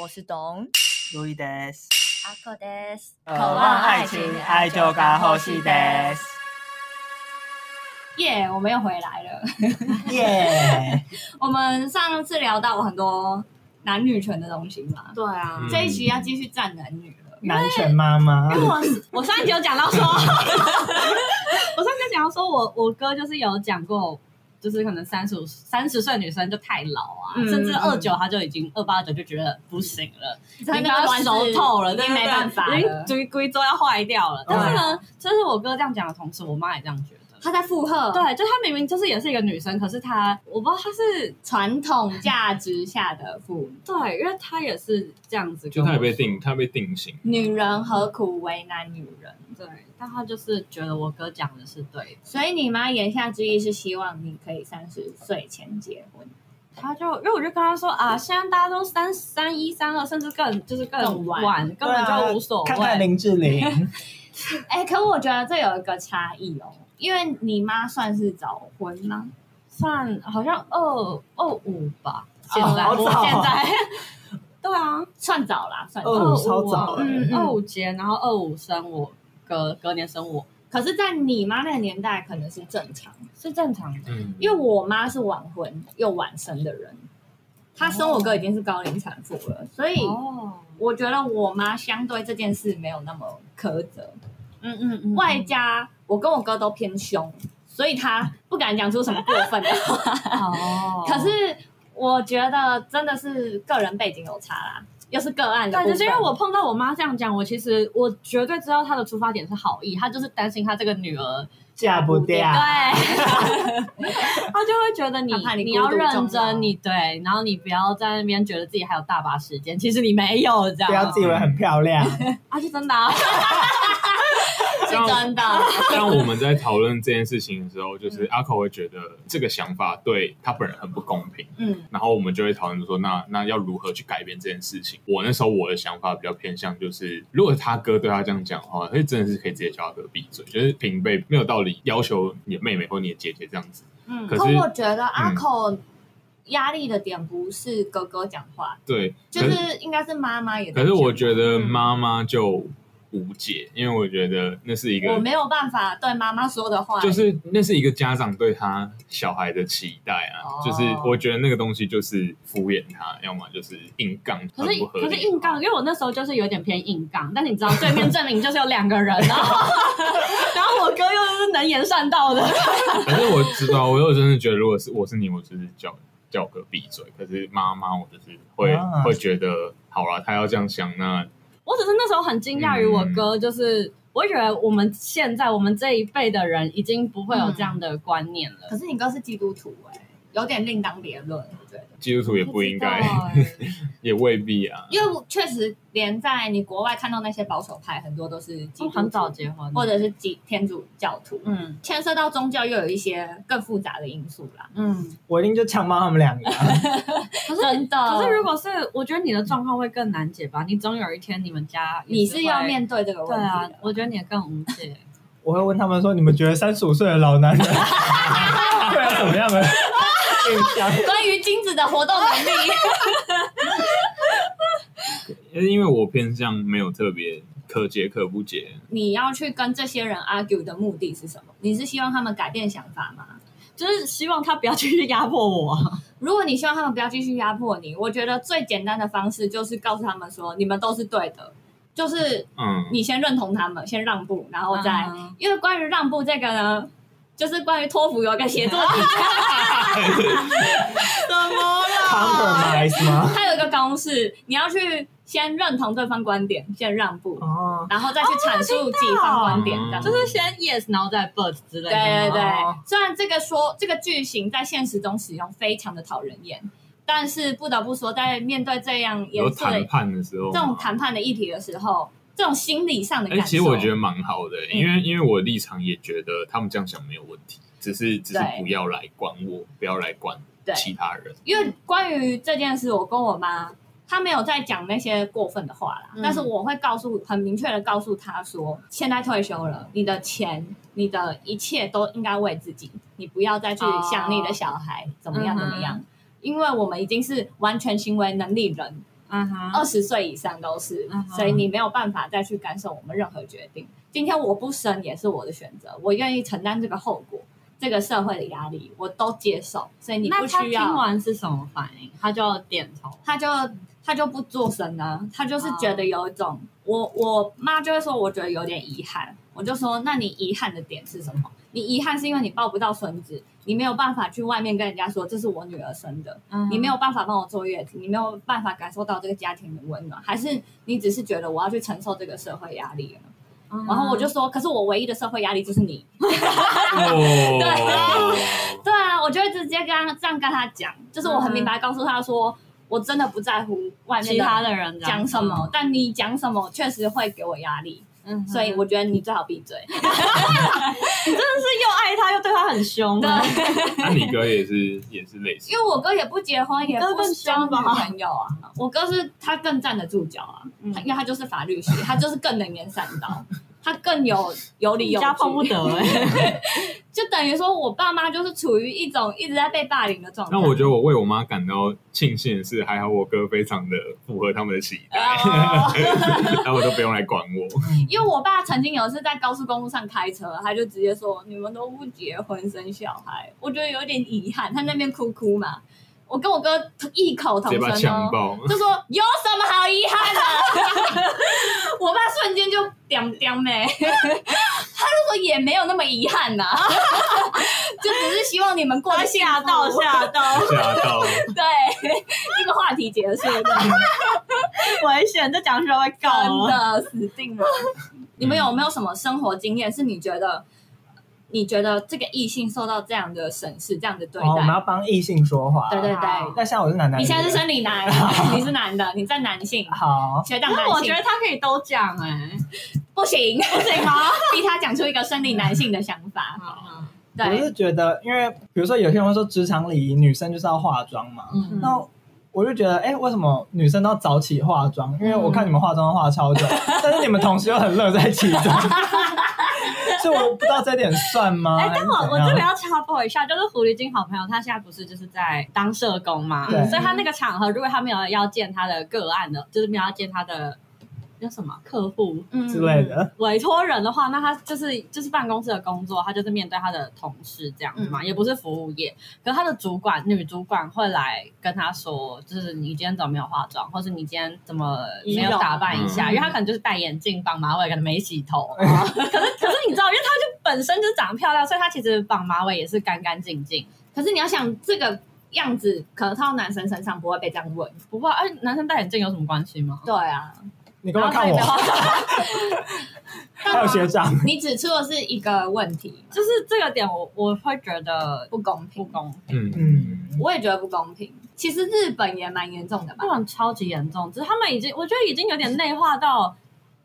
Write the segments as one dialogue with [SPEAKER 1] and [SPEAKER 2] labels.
[SPEAKER 1] 我是董
[SPEAKER 2] 路易德斯，
[SPEAKER 1] 阿克德斯，
[SPEAKER 2] 渴望爱情，爱就该呼吸德
[SPEAKER 3] 耶我们又回来了。
[SPEAKER 2] 耶！
[SPEAKER 3] 我们上次聊到很多男女权的东西嘛，
[SPEAKER 1] 对啊
[SPEAKER 4] 嗯
[SPEAKER 3] 这一集要继续站男女了。
[SPEAKER 2] 男权妈妈，
[SPEAKER 3] 因为我我上一集有讲到说， 我上一集讲到说我我哥就是有讲过，就是可能三十五三十岁女生就太老啊，
[SPEAKER 1] 嗯
[SPEAKER 3] 甚至二九他就已经二八九就觉得不行了，
[SPEAKER 1] 他
[SPEAKER 3] 已经
[SPEAKER 1] 那个
[SPEAKER 3] 要
[SPEAKER 1] 卵
[SPEAKER 3] 熟
[SPEAKER 1] 子
[SPEAKER 3] 透了，
[SPEAKER 1] 已
[SPEAKER 3] 对
[SPEAKER 1] 经
[SPEAKER 3] 对
[SPEAKER 1] 没
[SPEAKER 3] 对
[SPEAKER 1] 办法了嗯
[SPEAKER 3] 已经龟龟都要坏掉了。
[SPEAKER 2] 对
[SPEAKER 3] 但是呢，就是我哥这样讲的同时，我妈也这样觉得。
[SPEAKER 1] 他在附和，
[SPEAKER 3] 对，就她明明就是也是一个女生，可是她我不知道她是传统价值下的父母，对，因为她也是这样子跟
[SPEAKER 4] 就
[SPEAKER 3] 我说，
[SPEAKER 4] 他也被定，他被定型。
[SPEAKER 3] 女人何苦为难女人？对，但他就是觉得我哥讲的是对的，
[SPEAKER 1] 所以你妈言下之意是希望你可以三十岁前结婚，
[SPEAKER 3] 他就因为我就跟他说啊，现在大家都三三一三二，甚至更就是更
[SPEAKER 1] 更晚
[SPEAKER 3] 晚，根本就无所
[SPEAKER 2] 看看
[SPEAKER 3] 谓。
[SPEAKER 2] 林志玲，
[SPEAKER 1] 哎、可我觉得这有一个差异哦，因为你妈算是早婚吗？
[SPEAKER 3] 算好像二二五吧，现在、
[SPEAKER 2] 好早哦
[SPEAKER 3] 现在对啊，
[SPEAKER 1] 算早啦，算早。
[SPEAKER 2] 二五超
[SPEAKER 3] 啊
[SPEAKER 2] 早欸
[SPEAKER 3] 嗯
[SPEAKER 1] 嗯
[SPEAKER 3] 二五结，然后二五生我隔隔年生我
[SPEAKER 1] 可是，在你妈那个年代，可能是正常，
[SPEAKER 3] 是正常的，
[SPEAKER 4] 嗯，
[SPEAKER 1] 因为我妈是晚婚又晚生的人，她生我哥已经是高龄产妇了，所以
[SPEAKER 3] 哦，
[SPEAKER 1] 我觉得我妈相对这件事没有那么苛责。
[SPEAKER 3] 嗯嗯嗯，
[SPEAKER 1] 外加我跟我哥都偏凶，所以他不敢讲出什么过分的话。
[SPEAKER 3] 哦，
[SPEAKER 1] 可是我觉得真的是个人背景有差啦，又是个案的部
[SPEAKER 3] 对，就
[SPEAKER 1] 分。
[SPEAKER 3] 是因为我碰到我妈这样讲，我其实我绝对知道她的出发点是好意，她就是担心她这个女儿，
[SPEAKER 2] 嫁不掉，
[SPEAKER 3] 啊
[SPEAKER 4] 啊
[SPEAKER 3] 对， 她就会觉得你
[SPEAKER 1] 她怕你
[SPEAKER 3] 要
[SPEAKER 1] 孤独终
[SPEAKER 3] 认
[SPEAKER 1] 老
[SPEAKER 3] 真，你对，然后你不要在那边觉得自己还有大把时间，其实你没有这样，
[SPEAKER 2] 不要自以为很漂亮，
[SPEAKER 3] 啊，是真的、 啊，
[SPEAKER 1] 是真 的，
[SPEAKER 4] 当我们在讨论这件事情的时候，
[SPEAKER 1] 嗯
[SPEAKER 4] 就是阿口会觉得这个想法对他本人很不公平，
[SPEAKER 1] 嗯，
[SPEAKER 4] 然后我们就会讨论说，那那要如何去改变这件事情？我那时候我的想法比较偏向就是，如果他哥对他这样讲的话，他真的是可以直接叫他哥闭嘴，就是平辈没有道理要求你的妹妹或你的姐姐这样子。
[SPEAKER 3] 嗯
[SPEAKER 4] 可
[SPEAKER 1] 可
[SPEAKER 4] 是嗯
[SPEAKER 1] 我觉得阿口压力的点不是哥哥讲话，
[SPEAKER 4] 对，
[SPEAKER 1] 就
[SPEAKER 4] 可
[SPEAKER 1] 是嗯应该是妈妈也在讲。
[SPEAKER 4] 可是我觉得妈妈就无解，因为我觉得那是一个
[SPEAKER 1] 我没有办法对妈妈说的话，
[SPEAKER 4] 就是那是一个家长对他小孩的期待啊，
[SPEAKER 3] 哦
[SPEAKER 4] 就是我觉得那个东西就是敷衍他，要么就是硬杠，
[SPEAKER 3] 可
[SPEAKER 4] 很
[SPEAKER 3] 是
[SPEAKER 4] 不合理啊
[SPEAKER 3] 可是硬杠，因为我那时候就是有点偏硬杠，但你知道对面证明就是有两个人，然后 然后我哥又是能言善道的，
[SPEAKER 4] 可是我知道，我有真的觉得，如果是我是你，我就是叫叫哥闭嘴。可是妈妈，我就是会、
[SPEAKER 2] 啊
[SPEAKER 4] 会觉得，好啦，他要这样想，那
[SPEAKER 3] 我只是那时候很惊讶于我
[SPEAKER 4] 嗯
[SPEAKER 3] 哥，就是、我觉得我们现在我们这一辈的人已经不会有这样的观念了。
[SPEAKER 4] 嗯
[SPEAKER 1] 可是你哥是基督徒哎、有点另当别论，我觉得。
[SPEAKER 4] 基督徒也不应该，
[SPEAKER 3] 不知道欸
[SPEAKER 4] 也未必啊。
[SPEAKER 1] 因为我确实连在你国外看到那些保守派，很多都是基
[SPEAKER 3] 他
[SPEAKER 1] 督
[SPEAKER 3] 们
[SPEAKER 1] 徒
[SPEAKER 3] 哦很早结婚，
[SPEAKER 1] 或者是基天主教徒，
[SPEAKER 3] 嗯
[SPEAKER 1] 牵涉到宗教又有一些更复杂的因素啦。
[SPEAKER 3] 嗯。
[SPEAKER 2] 我一定就强暴他们两个，
[SPEAKER 3] 可是
[SPEAKER 1] 真的，
[SPEAKER 3] 可是如果是，我觉得你的状况会更难解吧？你总有一天你们家也
[SPEAKER 1] 你
[SPEAKER 3] 是会
[SPEAKER 1] 是要面对这个
[SPEAKER 3] 对
[SPEAKER 1] 问题
[SPEAKER 3] 啊
[SPEAKER 1] 的，，
[SPEAKER 3] 我觉得你也更无解。
[SPEAKER 2] 我会问他们说，你们觉得三十五岁的老男人会有怎么样的印象？
[SPEAKER 3] 啊
[SPEAKER 1] 关于精子的活动能力，
[SPEAKER 4] 因为我偏向没有特别可解可不解，
[SPEAKER 1] 你要去跟这些人 argue 的目的是什么？你是希望他们改变想法吗？
[SPEAKER 3] 就是希望他不要继续压迫我。
[SPEAKER 1] 如果你希望他们不要继续压迫你，我觉得最简单的方式就是告诉他们说，你们都是对的，就是
[SPEAKER 4] 嗯，
[SPEAKER 1] 你先认同他们，先让步，然后
[SPEAKER 2] 啊
[SPEAKER 1] 再
[SPEAKER 3] 嗯
[SPEAKER 1] 因为关于让步这个呢，就是关于托福有一个写作题，
[SPEAKER 3] 怎么了？
[SPEAKER 2] compromise 吗？
[SPEAKER 1] 它有一个公式，你要去先认同对方观点，先让步，
[SPEAKER 2] 哦，啊
[SPEAKER 1] 然后再去阐述己方观点，这样
[SPEAKER 4] 嗯
[SPEAKER 1] 子。
[SPEAKER 3] 就是先 yes，然后再 but 之类的
[SPEAKER 1] 对
[SPEAKER 3] 吗。
[SPEAKER 1] 对对
[SPEAKER 2] 哦，
[SPEAKER 1] 虽然这个说这个句型在现实中使用非常的讨人厌，但是不得不说，在面对这样
[SPEAKER 4] 有
[SPEAKER 1] 严肃的
[SPEAKER 4] 谈判的时候嘛，
[SPEAKER 1] 这种谈判的议题的时候，这种心理上的
[SPEAKER 4] 啊哎、
[SPEAKER 1] 感受，嗯
[SPEAKER 4] 其实我觉得蛮好的、因为因为我立场也觉得他们这样想没有问题，只是只是
[SPEAKER 1] 对
[SPEAKER 4] 不要来管我，不要来管
[SPEAKER 1] 对
[SPEAKER 4] 其他 人。
[SPEAKER 1] 因为关于这件事，我跟我妈，她没有在讲那些过分的话啦，
[SPEAKER 3] 嗯
[SPEAKER 1] 但是我会告诉，很明确的告诉她说，现在退休了，你的钱，你的一切都应该为自己，你不要再去
[SPEAKER 3] 哦
[SPEAKER 1] 想你的小孩、怎么样
[SPEAKER 3] 嗯哼
[SPEAKER 1] 怎么样，因为我们已经是完全行为能力人，
[SPEAKER 3] 嗯哼，
[SPEAKER 1] 二十岁以上都是
[SPEAKER 3] 嗯，哼
[SPEAKER 1] 所以你没有办法再去干涉我们任何决定。今天我不生也是我的选择，我愿意承担这个后果，这个社会的压力我都接受，所以你
[SPEAKER 3] 那
[SPEAKER 1] 不
[SPEAKER 3] 他
[SPEAKER 1] 需
[SPEAKER 3] 听
[SPEAKER 1] 要。
[SPEAKER 3] 完是什么反应？他就点头。
[SPEAKER 1] 他就他就不做声呢，他就是觉
[SPEAKER 3] 哦
[SPEAKER 1] 得有一种，我我妈就会说，我觉得有点遗憾。我就说，那你遗憾的点是什么？你遗憾是因为你抱不到孙子，你没有办法去外面跟人家说这是我女儿生的，
[SPEAKER 3] 嗯
[SPEAKER 1] 你没有办法帮我坐月子，你没有办法感受到这个家庭的温暖，还是你只是觉得我要去承受这个社会压力了？
[SPEAKER 3] 嗯
[SPEAKER 1] 然后我就说，可是我唯一的社会压力就是你。
[SPEAKER 4] 哦，
[SPEAKER 1] 对啊，我就会直接跟他这样跟他讲，就是我很明白告诉他说，我真的不在乎外面
[SPEAKER 3] 其
[SPEAKER 1] 的
[SPEAKER 3] 他的人这样
[SPEAKER 1] 讲什么，，但你讲什么确实会给我压力，
[SPEAKER 3] 嗯哼
[SPEAKER 1] 所以我觉得你最好闭 嘴。
[SPEAKER 3] 你真的是又爱他又对他很凶
[SPEAKER 1] 对，
[SPEAKER 3] 啊。
[SPEAKER 4] 那你哥也是也是类似
[SPEAKER 1] 因为我哥也不结婚，也
[SPEAKER 3] 哥
[SPEAKER 1] 不
[SPEAKER 3] 更
[SPEAKER 1] 交
[SPEAKER 3] 凶
[SPEAKER 1] 女
[SPEAKER 3] 吧
[SPEAKER 1] 朋友啊。我哥是他更站得住脚啊，
[SPEAKER 3] 嗯
[SPEAKER 1] 他因为他就是法律系，他就是更能言善道， 他更有有理
[SPEAKER 3] 你
[SPEAKER 1] 有
[SPEAKER 3] 家碰不
[SPEAKER 1] 据。
[SPEAKER 3] 得 哎，
[SPEAKER 1] 就等于说我爸妈就是处于一种一直在被霸凌的状态。
[SPEAKER 4] 那我觉得我为我妈感到庆幸的是，还好我哥非常的符合他们的期 待，
[SPEAKER 1] 哦
[SPEAKER 4] 然后都不用来管 我。
[SPEAKER 1] 因为我爸曾经有一次在高速公路上开车，他就直接说：“你们都不结婚生小孩，我觉得有点遗憾。”他那边哭哭嘛，我跟我哥异口同
[SPEAKER 4] 直接把他
[SPEAKER 1] 声
[SPEAKER 4] 强
[SPEAKER 1] 哦，
[SPEAKER 4] 暴。
[SPEAKER 1] 就说：“有什么好遗憾的？”啊 我爸瞬间就屌屌妹， 他就说：“也没有那么遗憾呐、 就只是希望你们过得幸福
[SPEAKER 3] 吓到吓到，
[SPEAKER 4] 吓到，
[SPEAKER 1] 对，这个话题结束了，
[SPEAKER 3] 危险，这讲出来会告
[SPEAKER 1] 真
[SPEAKER 3] 哦。
[SPEAKER 1] 的死定了。你们有没有什么生活经验是你觉得，你觉得这个异性受到这样的审视、这样的对
[SPEAKER 2] 哦，我们
[SPEAKER 1] 待？
[SPEAKER 2] 要帮异性说话。
[SPEAKER 1] 对对
[SPEAKER 3] 好
[SPEAKER 1] 对，
[SPEAKER 2] 那像我是男男，
[SPEAKER 1] 你现在是
[SPEAKER 2] 女人
[SPEAKER 1] 生理男，你是男的，你在男性，
[SPEAKER 2] 好，
[SPEAKER 1] 学长
[SPEAKER 3] 可
[SPEAKER 1] 男
[SPEAKER 3] 是
[SPEAKER 1] 性，
[SPEAKER 3] 我觉得他可以都讲哎，
[SPEAKER 1] 不 行，不行吗？逼他讲出一个生理男性的想法，
[SPEAKER 2] 我
[SPEAKER 1] 对，
[SPEAKER 2] 是觉得，因为比如说有些人会说职场礼仪，女生就是要化妆嘛，
[SPEAKER 3] 嗯
[SPEAKER 2] 那我就觉得，哎、为什么女生都要早起化妆？
[SPEAKER 1] 嗯
[SPEAKER 2] 因为我看你们化妆都化超 久，但是你们同时又很乐在其中，所以我不知道这点算吗？
[SPEAKER 3] 哎、但我
[SPEAKER 2] 还是
[SPEAKER 3] 我
[SPEAKER 2] 怎样
[SPEAKER 3] 这里要插播一下，就是狐狸精好朋友，他现在不是就是在当社工嘛，
[SPEAKER 2] 对
[SPEAKER 3] 所以他那个场合，如果他没有要见他的个案的，就是没有要见他的叫什么客户
[SPEAKER 1] 嗯
[SPEAKER 2] 之类。的，
[SPEAKER 3] 委托人的话，那他就是就是办公室的工作，他就是面对他的同事这样子嘛，也不是服务业。可是他的主管女主管会来跟他说，就是你今天怎么没有化妆，或是你今天怎么没有打扮一下？
[SPEAKER 4] 嗯
[SPEAKER 3] 因为他可能就是戴眼镜、绑马尾，可能没洗头。可是可是你知道，因为他就本身就是长得漂亮，所以他其实绑马尾也是干干净净。
[SPEAKER 1] 可是你要想这个样子，可能套到男生身上不会被这样问。
[SPEAKER 3] 不过，哎、男生戴眼镜有什么关系吗？
[SPEAKER 1] 对啊，
[SPEAKER 2] 你干嘛看我？
[SPEAKER 1] 然后他也没有 啊
[SPEAKER 2] 还有学长，
[SPEAKER 1] 你指出的是一个问题，
[SPEAKER 3] 就是这个点我，我会觉得
[SPEAKER 1] 不公
[SPEAKER 3] 不
[SPEAKER 1] 平。
[SPEAKER 3] 公平。
[SPEAKER 4] 嗯
[SPEAKER 2] 嗯，
[SPEAKER 1] 我也觉得不公平。其实日本也蛮严重的吧
[SPEAKER 3] 日？本超级严重，只是他们已经，我觉得已经有点内化到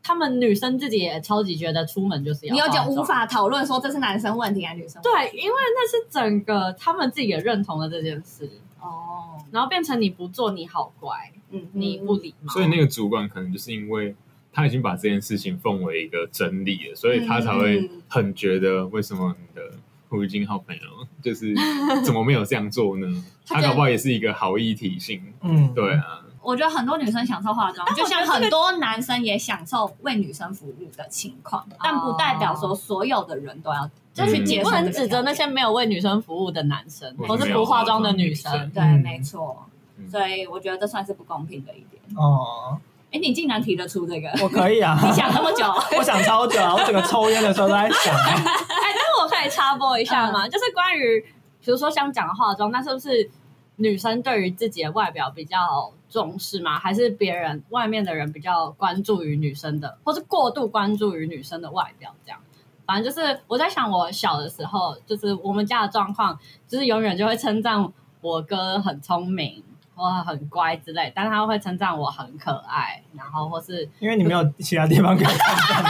[SPEAKER 3] 他们女生自己也超级觉得出门就是要
[SPEAKER 1] 你有啊
[SPEAKER 3] 化
[SPEAKER 1] 点
[SPEAKER 3] 妆
[SPEAKER 1] 无。法讨论说这是男生问题还是女生问题。
[SPEAKER 3] 对，因为那是整个他们自己也认同了这件事，
[SPEAKER 1] 哦，
[SPEAKER 3] 然后变成你不做你好乖，
[SPEAKER 1] 嗯，
[SPEAKER 3] 你不礼貌，
[SPEAKER 4] 所以那个主管可能就是因为他已经把这件事情奉为一个真理了，所以他才会很觉得为什么你的狐狸精好朋友就是怎么没有这样做呢？
[SPEAKER 1] 他
[SPEAKER 4] 他
[SPEAKER 1] 真的
[SPEAKER 4] 搞不好也是一个好意提醒，
[SPEAKER 2] 嗯，
[SPEAKER 4] 对啊，
[SPEAKER 1] 我觉得很多女生享受化妆，就像很多男生也享受为女生服务的情况，啊但不代表说所有的人都要就去
[SPEAKER 4] 嗯
[SPEAKER 1] 接
[SPEAKER 3] 你
[SPEAKER 1] 受
[SPEAKER 3] 不
[SPEAKER 1] 这
[SPEAKER 3] 能
[SPEAKER 1] 个条件。
[SPEAKER 3] 指责那些没有为女生服务的男生，
[SPEAKER 4] 或
[SPEAKER 3] 或
[SPEAKER 4] 者
[SPEAKER 3] 是
[SPEAKER 4] 没有
[SPEAKER 3] 不化妆
[SPEAKER 4] 化
[SPEAKER 3] 的
[SPEAKER 4] 妆的
[SPEAKER 3] 女
[SPEAKER 4] 女
[SPEAKER 3] 生
[SPEAKER 4] 生。
[SPEAKER 1] 对，
[SPEAKER 2] 嗯
[SPEAKER 1] 没错。
[SPEAKER 4] 嗯
[SPEAKER 1] 所以我觉得这算是不公平的一点。
[SPEAKER 2] 哦，
[SPEAKER 1] 哎，你竟然提得出这 个，
[SPEAKER 2] 我可以啊，
[SPEAKER 1] 你想那么久，
[SPEAKER 2] 我想超久啊，我整个抽烟的时候都在想，啊
[SPEAKER 3] 哎，那我可以插播一下吗？就是关于，比如说像讲化妆，那是不是女生对于自己的外表比较重视吗？还是别人外面的人比较关注于女生的，或是过度关注于女生的外表这样？反正就是我在想，我小的时候，就是我们家的状况，就是永远就会称赞我哥很聪明，我很乖之类，但他会称赞我很可爱，然后或是
[SPEAKER 2] 因为你没有其他地方可以看，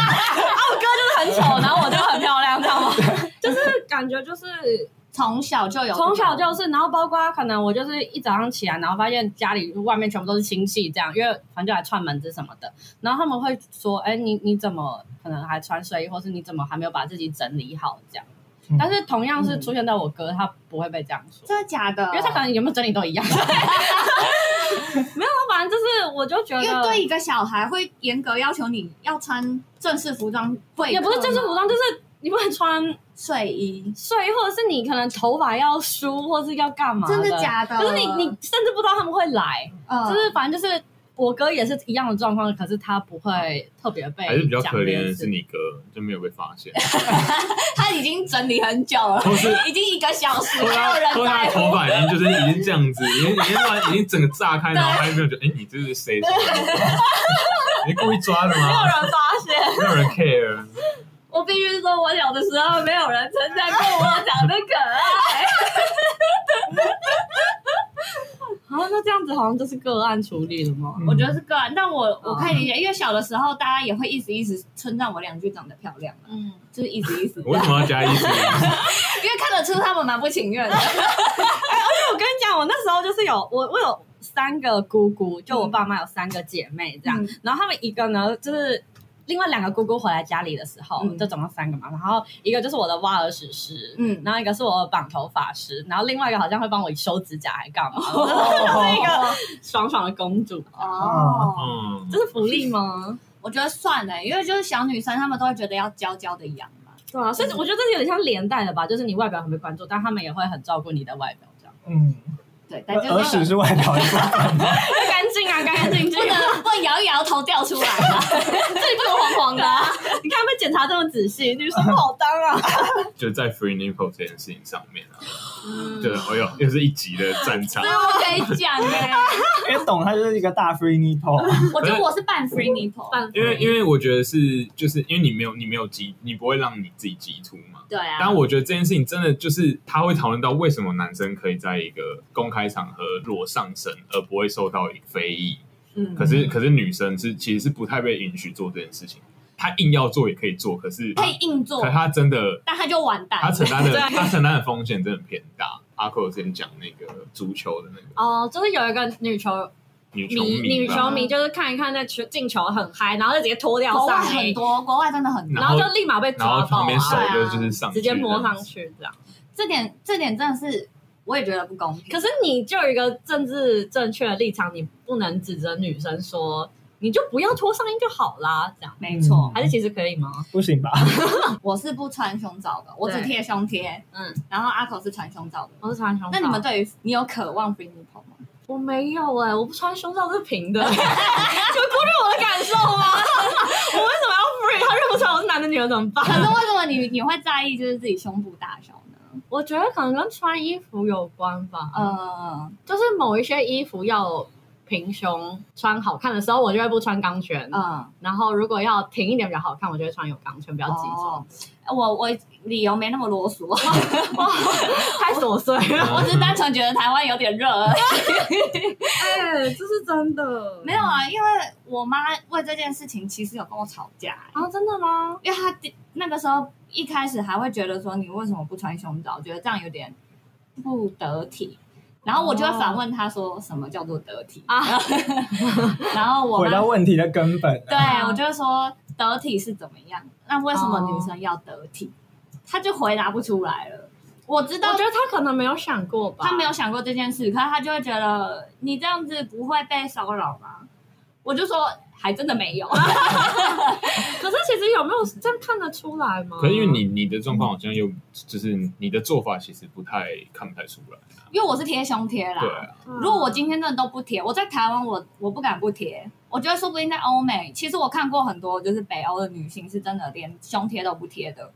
[SPEAKER 3] 很丑，然后我就很漂亮，这样吗？ 就是感觉就是
[SPEAKER 1] 从小就有，
[SPEAKER 3] 从小就，是，然后包括可能我就是一早上起来，然后发现家里外面全部都是亲戚这样，因为反正就来串门子什么的，然后他们会说，哎，你你怎么可能还穿睡衣，或是你怎么还没有把自己整理好这样
[SPEAKER 2] 嗯？
[SPEAKER 3] 但是同样是出现在我哥，他不会被这样说，
[SPEAKER 1] 真的假的？
[SPEAKER 3] 因 为他可能有没有整理都一样。啊反正就是我就觉
[SPEAKER 1] 因
[SPEAKER 3] 得，
[SPEAKER 1] 为对一个小孩会严格要求你要穿正式服装，会
[SPEAKER 3] 也不是正式服装，就是你不能穿
[SPEAKER 1] 睡衣，
[SPEAKER 3] 睡衣，或者是你可能头发要梳，或是要干嘛
[SPEAKER 1] 真
[SPEAKER 3] 的
[SPEAKER 1] 的假的？
[SPEAKER 3] 可是你你甚至不知道他们会来，
[SPEAKER 1] 嗯
[SPEAKER 3] 就是反正就是我哥也是一样的状况，可是他不会特别被
[SPEAKER 4] 还是比较
[SPEAKER 3] 讲这
[SPEAKER 4] 可怜
[SPEAKER 3] 件
[SPEAKER 4] 的
[SPEAKER 3] 事
[SPEAKER 4] 是你哥就没有被发现，
[SPEAKER 1] 他已经整理很久了，
[SPEAKER 4] 或是
[SPEAKER 1] 已经一个小时，
[SPEAKER 4] 或
[SPEAKER 1] 没
[SPEAKER 4] 是
[SPEAKER 1] 有
[SPEAKER 4] 他
[SPEAKER 1] 人
[SPEAKER 4] 或是他
[SPEAKER 1] 在
[SPEAKER 4] 的头
[SPEAKER 1] 乎。
[SPEAKER 4] 发已经就是已经这样子，已经已经乱已经整个炸开，然后还没有觉得哎你这是谁？你故意抓的
[SPEAKER 3] 没有
[SPEAKER 4] 吗？
[SPEAKER 3] 人发现。
[SPEAKER 4] 没有人 care。
[SPEAKER 3] 我必须说，我小的时候没有人称赞过我长得可爱。 好，那这样子好像就是个案处理了吗？
[SPEAKER 1] 我觉得是个人，但
[SPEAKER 3] 哦
[SPEAKER 1] 我我可以理解，因为小的时候大家也会一直一直称赞我两句长得漂亮嘛，
[SPEAKER 3] 嗯，
[SPEAKER 1] 就是一直一 直，因
[SPEAKER 4] 我为什么要加一思？
[SPEAKER 1] 为看得出他们蛮不情 愿的。
[SPEAKER 3] 我跟你讲，我那时候就是有我我有三个姑姑，就我爸妈有三个姐妹这样，
[SPEAKER 1] 嗯
[SPEAKER 3] 然后他们一个呢就是。另外两个姑姑回来家里的时候，
[SPEAKER 1] 嗯
[SPEAKER 3] 就总共三个嘛。然后一个就是我的挖耳屎师，
[SPEAKER 1] 嗯
[SPEAKER 3] 然后一个是我的绑头发师，然后另外一个好像会帮我修指甲还干嘛，我 就是一
[SPEAKER 2] 哦
[SPEAKER 3] 个爽爽的公主。
[SPEAKER 1] 哦，
[SPEAKER 4] 嗯
[SPEAKER 3] 这，是福利吗？
[SPEAKER 1] 我觉得算了，因为就是小女生，她们都会觉得要娇娇的养嘛。
[SPEAKER 3] 对啊，所以我觉得这有点像连带的吧，就是你外表很被关注，但他们也会很照顾你的外表，这样
[SPEAKER 2] 嗯，
[SPEAKER 1] 对，但就是
[SPEAKER 2] 耳屎是外表一部分，
[SPEAKER 3] 干净啊，干干净 净
[SPEAKER 1] 不能不能摇一摇头掉出来 啊嘛。
[SPEAKER 3] 这里不能黄黄的、 啊。你看被检查这么仔细，女生不好当啊。
[SPEAKER 4] 就在 free nipple 这件事情上面啊，
[SPEAKER 1] 嗯
[SPEAKER 4] 对，哎呦，又是一集的战场
[SPEAKER 3] 啊
[SPEAKER 1] 这。我可以讲哎、
[SPEAKER 2] 因为懂它就是一个大 free nipple，
[SPEAKER 1] 我觉得我是半 free nipple。
[SPEAKER 4] 因为因为我觉得是，就是因为你没有你没有激，你不会让你自己激突嘛。
[SPEAKER 1] 对啊，
[SPEAKER 4] 但我觉得这件事情真的就是他会讨论到为什么男生可以在一个公开场合裸上身，而不会受到非议。
[SPEAKER 1] 嗯
[SPEAKER 4] 可是可是女生是其实是不太被允许做这件事情，她硬要做也可以做，可是
[SPEAKER 1] 可以硬做
[SPEAKER 4] 可，她真的
[SPEAKER 1] 但她就完蛋
[SPEAKER 4] 她
[SPEAKER 1] 了。
[SPEAKER 4] 承 担的
[SPEAKER 3] 对
[SPEAKER 4] 她承担的风险真的偏大。阿寇之前讲那个足球的那个
[SPEAKER 3] 哦，就是有一个女球
[SPEAKER 4] 女球
[SPEAKER 3] 迷，
[SPEAKER 4] 迷
[SPEAKER 3] 女
[SPEAKER 4] 吧，
[SPEAKER 3] 球迷就是看一看那球进球很嗨，然后就直接脱掉
[SPEAKER 1] 国外
[SPEAKER 3] 上
[SPEAKER 1] 很
[SPEAKER 3] 衣，
[SPEAKER 1] 多，国外真的很多。
[SPEAKER 4] 然
[SPEAKER 3] 然
[SPEAKER 4] 后
[SPEAKER 3] 后就立马被
[SPEAKER 4] 然
[SPEAKER 3] 抓
[SPEAKER 4] 后
[SPEAKER 3] 到
[SPEAKER 4] 旁边手
[SPEAKER 3] 啊，
[SPEAKER 1] 啊
[SPEAKER 4] 就就是上去
[SPEAKER 3] 直接摸
[SPEAKER 4] 这样
[SPEAKER 3] 上
[SPEAKER 4] 子
[SPEAKER 3] 去这样。
[SPEAKER 1] 这点这点真的是，我也觉得不公平。
[SPEAKER 3] 可是你就有一个政治正确的立场，你不能指责女生说你就不要脱上衣就好啦，这样
[SPEAKER 1] 没错，
[SPEAKER 3] 还是其实可以吗？
[SPEAKER 2] 不行吧？
[SPEAKER 1] 我是不穿胸罩的，我只
[SPEAKER 3] 对
[SPEAKER 1] 贴胸贴。
[SPEAKER 3] 嗯，
[SPEAKER 1] 然后阿口是穿胸罩的。
[SPEAKER 3] 我是穿胸罩，
[SPEAKER 1] 那你们对于你有渴望 free nipple 吗？
[SPEAKER 3] 我没有哎、我不穿胸罩是平 的，你们忽略我的感受吗？ 我为什么要 free？他认不出来我是男的女的怎么办
[SPEAKER 1] 可？是为什么你你会在意就是自己胸部大小呢？
[SPEAKER 3] 我觉得可能跟穿衣服有关吧，嗯，
[SPEAKER 1] 呃，
[SPEAKER 3] 就是某一些衣服要平胸穿好看的时候，我就会不穿钢圈，
[SPEAKER 1] 嗯，
[SPEAKER 3] 然后如果要挺一点比较好看，我就会穿有钢圈，比较
[SPEAKER 1] 要
[SPEAKER 3] 集中，
[SPEAKER 1] 哦我我理由没那么啰嗦，
[SPEAKER 3] 太琐碎了。
[SPEAKER 1] 我只是单纯觉得台湾有点热而已。
[SPEAKER 3] 哎、这是真的
[SPEAKER 1] 没有啊，因为我妈为这件事情其实有跟我吵架、欸
[SPEAKER 3] 啊？真的吗？
[SPEAKER 1] 因为她第那个时候一开始还会觉得说你为什么不穿胸罩，觉得这样有点不得体。然后我就会反问她说什么叫做得体
[SPEAKER 3] 啊
[SPEAKER 1] 啊？ 然后我
[SPEAKER 2] 回到
[SPEAKER 1] 妈
[SPEAKER 2] 问题的根本啊，
[SPEAKER 1] 对我就会说得体是怎么样？那为什么女生要得体？她就回答不出来了。我知道
[SPEAKER 3] 我觉得他可能没有想过吧，
[SPEAKER 1] 他没有想过这件事，可是他就会觉得你这样子不会被骚扰吗？我就说还真的没有，
[SPEAKER 3] 可是其实有没有这样看得出来吗？
[SPEAKER 4] 可是因为你你的状况好像又就是你的做法其实不太看不太出来，
[SPEAKER 1] 因为我是贴胸贴啦。
[SPEAKER 4] 对啊，
[SPEAKER 3] 嗯，
[SPEAKER 1] 如果我今天真的都不贴，我在台湾我我不敢不贴，我觉得说不定在欧美，其实我看过很多就是北欧的女性是真的连胸贴都不贴的，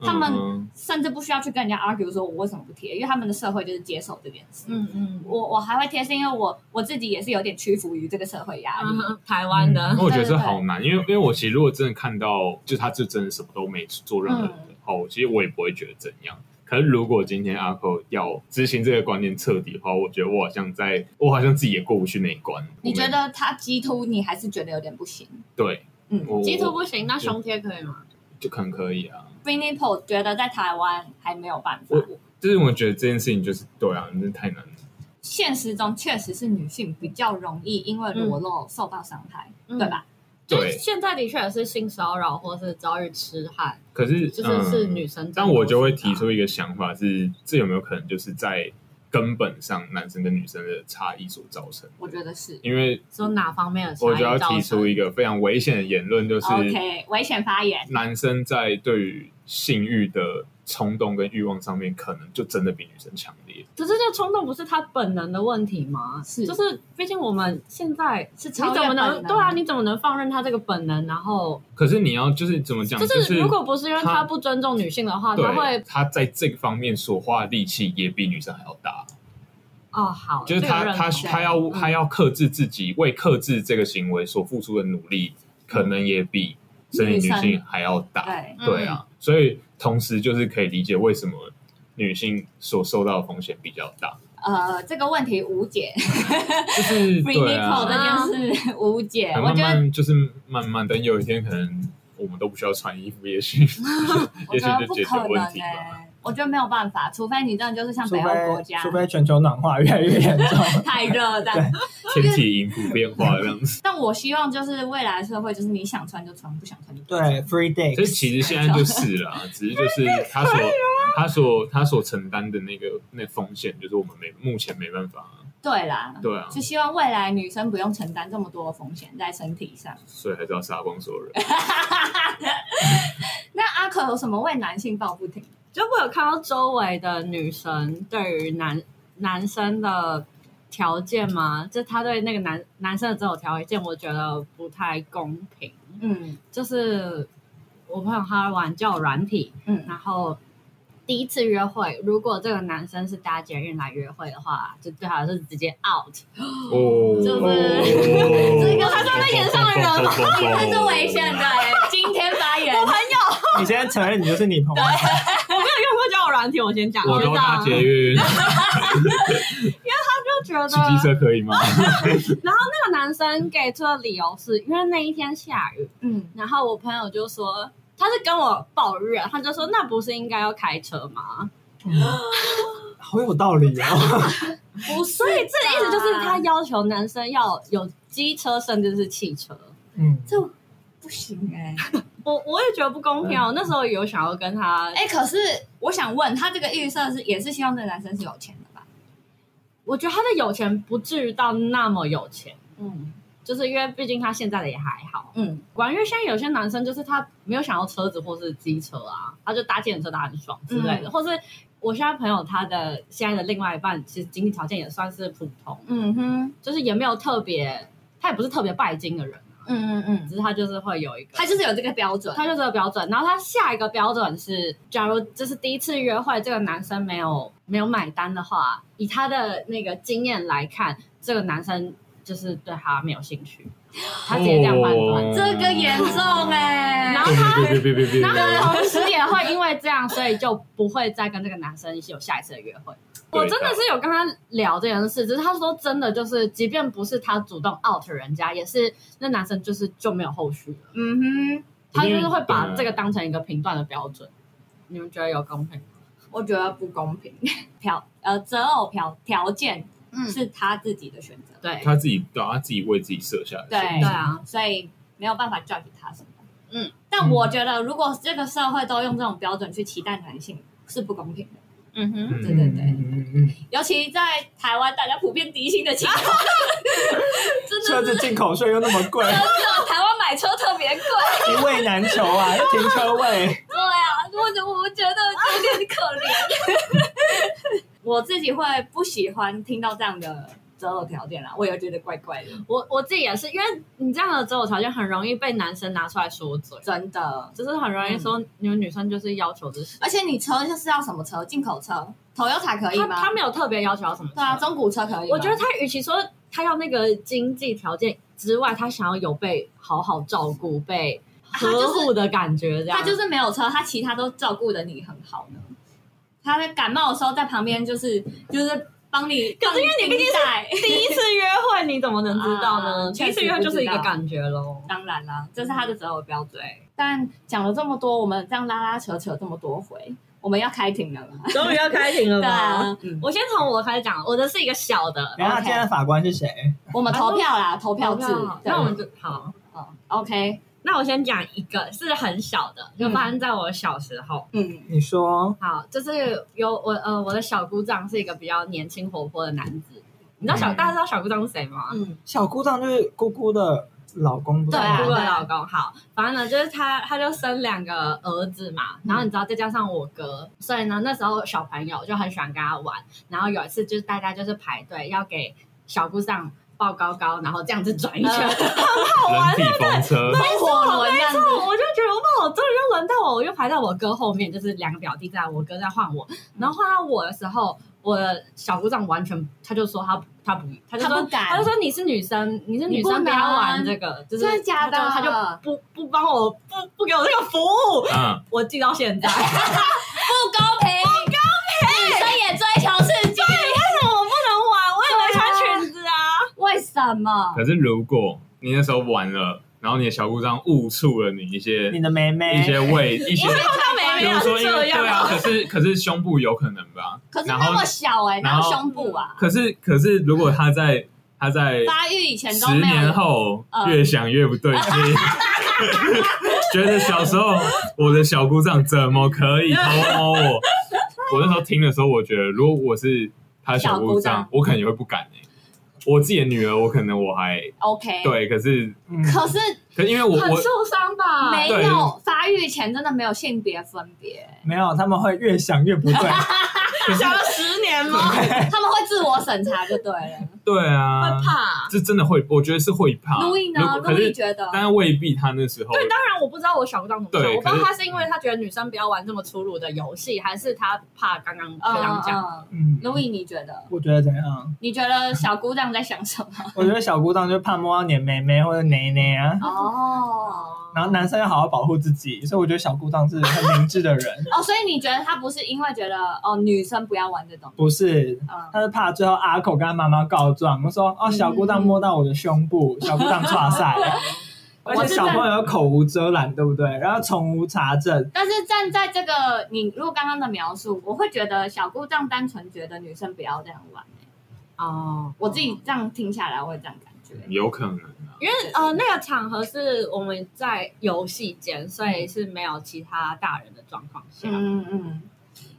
[SPEAKER 1] 他们
[SPEAKER 4] 嗯
[SPEAKER 1] 甚至不需要去跟人家 argue 说我为什么不贴，因为他们的社会就是接受这件事。
[SPEAKER 3] 嗯嗯，
[SPEAKER 1] 我我还会贴是因为我我自己也是有点屈服于这个社会压力，
[SPEAKER 3] 嗯台湾的
[SPEAKER 4] 因为我觉得这
[SPEAKER 1] 对对对
[SPEAKER 4] 好难，因为因为我其实如果真的看到，就他就真的什么都没做任何的话，我其实我也不会觉得怎样。可是如果今天阿寇要执行这个观念彻底的话，我觉得我好像在，我好像自己也过不去那一关。
[SPEAKER 1] 你觉
[SPEAKER 4] 我没？
[SPEAKER 1] 得他激突你还是觉得有点不行？
[SPEAKER 4] 对，
[SPEAKER 1] 嗯
[SPEAKER 4] 我
[SPEAKER 3] 鸡突不
[SPEAKER 4] 我
[SPEAKER 3] 行，那胸贴可以吗？
[SPEAKER 4] 就可能可以啊。
[SPEAKER 1] f r e n i p o 觉得在台湾还没有办法
[SPEAKER 4] 我。我就是我觉得这件事情就是对啊，真的太难了。
[SPEAKER 1] 现实中确实是女性比较容易因为裸露受到伤害，
[SPEAKER 3] 嗯
[SPEAKER 1] 对吧？
[SPEAKER 3] 就是
[SPEAKER 4] 对
[SPEAKER 3] 现在的确也是性骚扰或是遭遇痴汉，
[SPEAKER 4] 可是
[SPEAKER 3] 就是是
[SPEAKER 4] 嗯
[SPEAKER 3] 女生占多数的啊。
[SPEAKER 4] 但我就会提出一个想法是，这有没有可能就是在根本上男生跟女生的差异所造成。
[SPEAKER 1] 我觉得是。
[SPEAKER 4] 因为
[SPEAKER 3] 说哪方面的差异
[SPEAKER 4] 我就要
[SPEAKER 3] 造
[SPEAKER 4] 提
[SPEAKER 3] 成
[SPEAKER 4] 出一个非常危险的言论，就是
[SPEAKER 1] OK，危险发言，
[SPEAKER 4] 男生在对于性欲的冲动跟欲望上面，可能就真的比女生强烈。
[SPEAKER 3] 可是这冲动不是他本能的问题吗？
[SPEAKER 1] 是
[SPEAKER 3] 就是毕竟我们现在
[SPEAKER 1] 是超
[SPEAKER 3] 你
[SPEAKER 1] 越
[SPEAKER 3] 怎么能
[SPEAKER 1] 本能
[SPEAKER 3] 对啊？你怎么能放任他这个本能？然后
[SPEAKER 4] 可是你要就是怎么讲，
[SPEAKER 3] 就
[SPEAKER 4] 就是
[SPEAKER 3] 如果不是因为
[SPEAKER 4] 他
[SPEAKER 3] 他不尊重女性的话，他
[SPEAKER 4] 对
[SPEAKER 3] 会
[SPEAKER 4] 他在这个方面所花的力气也比女生还要大，
[SPEAKER 3] 哦好，
[SPEAKER 4] 就是
[SPEAKER 3] 这个
[SPEAKER 4] 他
[SPEAKER 3] 认
[SPEAKER 4] 他
[SPEAKER 3] 同
[SPEAKER 4] 他要他
[SPEAKER 1] 嗯
[SPEAKER 4] 要克制自己，为克制这个行为所付出的努力，可能也比生理女
[SPEAKER 1] 女
[SPEAKER 4] 性
[SPEAKER 1] 生
[SPEAKER 4] 还要大。
[SPEAKER 1] 对，
[SPEAKER 3] 嗯
[SPEAKER 4] 对啊，所以同时就是可以理解为什么女性所受到的风险比较 大，
[SPEAKER 1] 呃，这个问题无 解
[SPEAKER 4] 就是
[SPEAKER 1] f r e e n
[SPEAKER 4] 对
[SPEAKER 1] i c o
[SPEAKER 4] 啊，
[SPEAKER 1] 这件事无解，
[SPEAKER 4] 还
[SPEAKER 1] 我
[SPEAKER 4] 慢
[SPEAKER 1] 觉得
[SPEAKER 4] 慢就是慢慢等有一天可能我们都不需要穿衣服，也许
[SPEAKER 1] 我
[SPEAKER 4] 也许
[SPEAKER 1] 觉得
[SPEAKER 4] 就
[SPEAKER 1] 不
[SPEAKER 4] 解
[SPEAKER 1] 可
[SPEAKER 4] 决
[SPEAKER 1] 能
[SPEAKER 4] 问题
[SPEAKER 1] 哎、
[SPEAKER 4] 吧。
[SPEAKER 1] 我觉得没有办法，除非你真的就是像
[SPEAKER 2] 除
[SPEAKER 1] 北欧国家
[SPEAKER 2] 非除非全球暖化越来越严重，
[SPEAKER 1] 太热这样
[SPEAKER 4] 天体因素变化这样子。
[SPEAKER 1] 但我希望就是未来的社会，就是你想穿就穿，不想穿就不
[SPEAKER 2] 对
[SPEAKER 1] 穿。
[SPEAKER 2] ，free
[SPEAKER 4] 所以
[SPEAKER 2] day，
[SPEAKER 4] 其实现在就是啦，只是就是他所他所他所承担的那个那风险，就是我们没目前没办法啊、
[SPEAKER 1] 对啦，
[SPEAKER 4] 对啊，
[SPEAKER 1] 就希望未来女生不用承担这么多的风险在身体上。
[SPEAKER 4] 所以还是要杀光所有人。
[SPEAKER 1] 那阿可有什么为男性抱不平？
[SPEAKER 3] 就我有看到周围的女生对于男男生的条件嘛，就他对那个男男生的这种条件，我觉得不太公平。
[SPEAKER 1] 嗯
[SPEAKER 3] 就是我朋友他玩叫软体，
[SPEAKER 1] 嗯，
[SPEAKER 3] 然后第一次约会，如果这个男生是搭捷运来约会的话，就对他是直接 out。
[SPEAKER 4] 哦，
[SPEAKER 3] 就是
[SPEAKER 1] 这个
[SPEAKER 4] 还是被延上的人吗？
[SPEAKER 1] 这是危险的、欸。今天发言，
[SPEAKER 2] 你现在承认你就是你朋友，
[SPEAKER 3] 没有用过交友软体，我先讲，
[SPEAKER 4] 我
[SPEAKER 3] 就
[SPEAKER 4] 都
[SPEAKER 3] 这
[SPEAKER 4] 搭
[SPEAKER 3] 样
[SPEAKER 4] 捷运，
[SPEAKER 3] 就觉得
[SPEAKER 4] 骑机车可以吗？
[SPEAKER 3] 那个男生给出的理由是因为那一天下雨，
[SPEAKER 1] 嗯
[SPEAKER 3] 然后我朋友就说。他是跟我抱怨，他就说那不是应该要开车吗？
[SPEAKER 2] 好有道理哦。
[SPEAKER 1] 不是，
[SPEAKER 3] 所以这意思就是他要求男生要有机车，甚至是汽车。
[SPEAKER 2] 嗯，
[SPEAKER 1] 不行哎、
[SPEAKER 3] 我我也觉得不公平哦。那时候有想要跟他，
[SPEAKER 1] 哎、可是我想问，他这个预设是也是希望这个男生是有钱的吧？
[SPEAKER 3] 我觉得他的有钱不至于到那么有钱，
[SPEAKER 1] 嗯
[SPEAKER 3] 就是因为毕竟他现在的也还好。
[SPEAKER 1] 嗯，
[SPEAKER 3] 管因为现在有些男生就是他没有想要车子或是机车啊，他就搭电车搭很爽之类的，
[SPEAKER 1] 嗯
[SPEAKER 3] 或是我现在朋友他的现在的另外一半其实经济条件也算是普通，
[SPEAKER 1] 嗯哼，
[SPEAKER 3] 就是也没有特别，他也不是特别拜金的人，
[SPEAKER 1] 嗯嗯嗯，
[SPEAKER 3] 只是他就是会有一个
[SPEAKER 1] 他就是有这个标准。
[SPEAKER 3] 他就这个标准，然后他下一个标准是，假如这是第一次约会，这个男生没有没有买单的话，以他的那个经验来看，这个男生就是对他没有兴趣，他直接这样判断。
[SPEAKER 4] 哦
[SPEAKER 1] 这个严重哎、
[SPEAKER 3] 然后他，
[SPEAKER 4] 别别别别别别！
[SPEAKER 3] 然后同时也会因为这样，所以就不会再跟这个男生有下一次的约会。
[SPEAKER 4] 对
[SPEAKER 3] 我真的是有跟他聊这件事，只是他说真的就是，即便不是他主动 out 人家，也是那男生就是就没有后续了。
[SPEAKER 1] 嗯
[SPEAKER 3] 他就是会
[SPEAKER 2] 啊
[SPEAKER 3] 把这个当成一个评断的标准。你们觉得有公平吗？
[SPEAKER 1] 哼，我觉得不公平。 条呃择偶条条件
[SPEAKER 3] 嗯
[SPEAKER 1] 是他自己的选择，
[SPEAKER 3] 对，
[SPEAKER 4] 他自己对啊，他自己为自己设下的。
[SPEAKER 1] 对
[SPEAKER 3] 对啊，
[SPEAKER 1] 所以没有办法 judge 他什么。
[SPEAKER 3] 嗯，
[SPEAKER 1] 但我觉得如果这个社会都用这种标准去期待男性，是不公平的。
[SPEAKER 3] 嗯哼，
[SPEAKER 1] 对对
[SPEAKER 4] 嗯，
[SPEAKER 1] 对
[SPEAKER 2] 嗯嗯嗯，
[SPEAKER 1] 尤其在台湾，大家普遍低薪的情况， 真
[SPEAKER 2] 车
[SPEAKER 1] 的
[SPEAKER 2] 子进口税又那么贵，
[SPEAKER 1] 是台湾买车特别贵。
[SPEAKER 2] 一位哎难求啊，要停车位。
[SPEAKER 1] 对啊，我我觉得有点可怜。 我自己会不喜欢听到这样的择偶条件啦，啊我也觉得怪怪的，
[SPEAKER 3] 我我自己也是，因为你这样的择偶条件很容易被男生拿出来说嘴，
[SPEAKER 1] 真的。
[SPEAKER 3] 就是很容易说你们女生就是要求这些。
[SPEAKER 1] 而且你车就是要什么车？进口车，Toyota 可以
[SPEAKER 3] 他
[SPEAKER 1] 吗？
[SPEAKER 3] 他没有特别要求要什么车，
[SPEAKER 1] 对啊，中古车可以吗。
[SPEAKER 3] 我觉得他与其说他要那个经济条件之外，他想要有被好好照顾、被
[SPEAKER 1] 他就是
[SPEAKER 3] 呵护的感觉，这样
[SPEAKER 1] 他就是没有车，他其他都照顾的你很好呢。他在感冒的时候在旁边就是就是帮你，可是因为你毕竟
[SPEAKER 3] 第一次约会，你怎么能知道呢？
[SPEAKER 1] 啊
[SPEAKER 3] 第一次约会就是一
[SPEAKER 1] 确
[SPEAKER 3] 个
[SPEAKER 1] 实不知道
[SPEAKER 3] 感觉喽。
[SPEAKER 1] 当然啦，这是他的择偶标准。但讲了这么多，我们这样拉拉扯扯这么多回，我们要开庭了吗？
[SPEAKER 3] 终于要开庭了
[SPEAKER 1] 对啊，嗯，
[SPEAKER 3] 我先从我开始讲，我的是一个小的，
[SPEAKER 2] 等一下，今天的法官是谁？
[SPEAKER 1] 啊我们投票啦，投票制
[SPEAKER 3] 好。
[SPEAKER 1] 对
[SPEAKER 3] 那我们就好。
[SPEAKER 1] 哦，OK。
[SPEAKER 3] 那我先讲一个是很小的，就发生在我小时候。
[SPEAKER 1] 嗯，
[SPEAKER 2] 你说
[SPEAKER 3] 好，就是有我呃我的小姑丈是一个比较年轻活泼的男子。你知道小、
[SPEAKER 4] 嗯
[SPEAKER 3] 大家知道小姑丈是谁吗？
[SPEAKER 1] 嗯
[SPEAKER 2] 小姑丈就是姑姑的老公，不是
[SPEAKER 1] 对啊
[SPEAKER 3] 姑
[SPEAKER 2] 吗
[SPEAKER 3] 的老公好，反正呢，就是他，他就生两个儿子嘛，然后你知道再加上我哥，所以呢，那时候小朋友就很喜欢跟他玩。然后有一次就是大家就是排队要给小姑丈抱高高，然后这样子转一圈，
[SPEAKER 1] 嗯
[SPEAKER 4] 人体风车，
[SPEAKER 1] 风火轮这样子
[SPEAKER 3] 然，后我就觉得哇，终于又轮到我，我又排到我哥后面，就是两个表弟在，我哥在换我，然后换到我的时候，我的小姑丈完全他就说他他不他就
[SPEAKER 1] 他
[SPEAKER 3] 说
[SPEAKER 1] 不敢
[SPEAKER 3] 就说你是女生，你是女
[SPEAKER 1] 你不
[SPEAKER 3] 生
[SPEAKER 1] 能
[SPEAKER 3] 不要玩这个，就是
[SPEAKER 1] 真的假的
[SPEAKER 3] 他就他就不不帮我不不给我这个服务，
[SPEAKER 4] 嗯，
[SPEAKER 3] 我记到现在，
[SPEAKER 1] 不公平，不公平，女生也追求刺激，
[SPEAKER 3] 为什么我不能玩？我也没穿裙子啊。
[SPEAKER 1] 为什么？
[SPEAKER 4] 可是如果你那时候玩了，然后你的小姑丈误触了你一些
[SPEAKER 2] 你的妹妹
[SPEAKER 4] 一些位一些
[SPEAKER 3] 因为。他没
[SPEAKER 4] 比
[SPEAKER 3] 没
[SPEAKER 4] 如
[SPEAKER 3] 有
[SPEAKER 4] 说，
[SPEAKER 3] 是
[SPEAKER 4] 因
[SPEAKER 3] 这
[SPEAKER 4] 为对啊，
[SPEAKER 3] 样，
[SPEAKER 4] 可是可是胸部有可能吧，
[SPEAKER 1] 可是
[SPEAKER 4] 然
[SPEAKER 1] 那
[SPEAKER 4] 后
[SPEAKER 1] 么小哎、欸，
[SPEAKER 4] 然
[SPEAKER 1] 哪
[SPEAKER 4] 后
[SPEAKER 1] 有胸部啊？
[SPEAKER 4] 可是可是如果他在他在
[SPEAKER 1] 发育以前都
[SPEAKER 4] 十
[SPEAKER 1] 没有
[SPEAKER 4] 年，后
[SPEAKER 1] 嗯
[SPEAKER 4] 越想越不对劲， 觉得小时候我的小姑丈怎么可以偷摸我？ 我那时候听的时候，我觉得如果我是他的小姑
[SPEAKER 1] 小姑
[SPEAKER 4] 丈
[SPEAKER 1] 丈，
[SPEAKER 4] 我可能也会不敢欸我自己的女儿，我可能我
[SPEAKER 1] 哎
[SPEAKER 4] 还
[SPEAKER 1] OK。
[SPEAKER 4] 对，可是
[SPEAKER 2] 嗯
[SPEAKER 1] 可是
[SPEAKER 4] 可因为我
[SPEAKER 3] 很
[SPEAKER 4] 我
[SPEAKER 3] 受伤吧？
[SPEAKER 1] 没
[SPEAKER 4] 对
[SPEAKER 1] 有发育前真的没有性别分别，
[SPEAKER 2] 没有，他们会越想越 不对。嗯
[SPEAKER 3] 想了十年吗？
[SPEAKER 1] 他们会自我审查就对 了。
[SPEAKER 4] 对啊
[SPEAKER 3] 会，怕。啊
[SPEAKER 4] 这真的会，我觉得是会怕。
[SPEAKER 1] 路易呢
[SPEAKER 4] 如果？可
[SPEAKER 1] 路易
[SPEAKER 4] 是
[SPEAKER 1] 觉得
[SPEAKER 4] 当然未必他那时候
[SPEAKER 3] 对，当然我不知道我小姑丈怎么想，
[SPEAKER 4] 对
[SPEAKER 3] 我不知道
[SPEAKER 4] 可是
[SPEAKER 3] 他是因为他觉得女生不要玩这么粗鲁的游戏，还是他怕刚刚学长讲。
[SPEAKER 2] 嗯，
[SPEAKER 1] 嗯，路易你觉得？
[SPEAKER 2] 我觉得怎样？
[SPEAKER 1] 你觉得小姑丈在想什么？
[SPEAKER 2] 我觉得小姑丈就怕摸到你的妹妹或者奶奶啊。
[SPEAKER 1] 哦
[SPEAKER 2] 然后男生要好好保护自己，所以我觉得小姑丈是很明智的人，
[SPEAKER 1] 哦，所以你觉得他不是因为觉得哦女生不要玩这种，
[SPEAKER 2] 不是。
[SPEAKER 1] 嗯，
[SPEAKER 2] 他是怕最后阿口跟他妈妈告状，我说哦，小姑丈摸到我的胸部，小姑丈跨赛， 而且小朋友口无遮拦，对不对？然后从无查证，
[SPEAKER 1] 但是站在这个你如果刚刚的描述，我会觉得小姑丈单纯觉得女生不要这样玩、欸
[SPEAKER 3] 哦，
[SPEAKER 1] 我自己这样听下来，我会这样感觉。
[SPEAKER 4] 有可能啊，
[SPEAKER 3] 因为呃那个场合是我们在游戏间，所以是没有其他大人的状况下。
[SPEAKER 1] 嗯嗯嗯，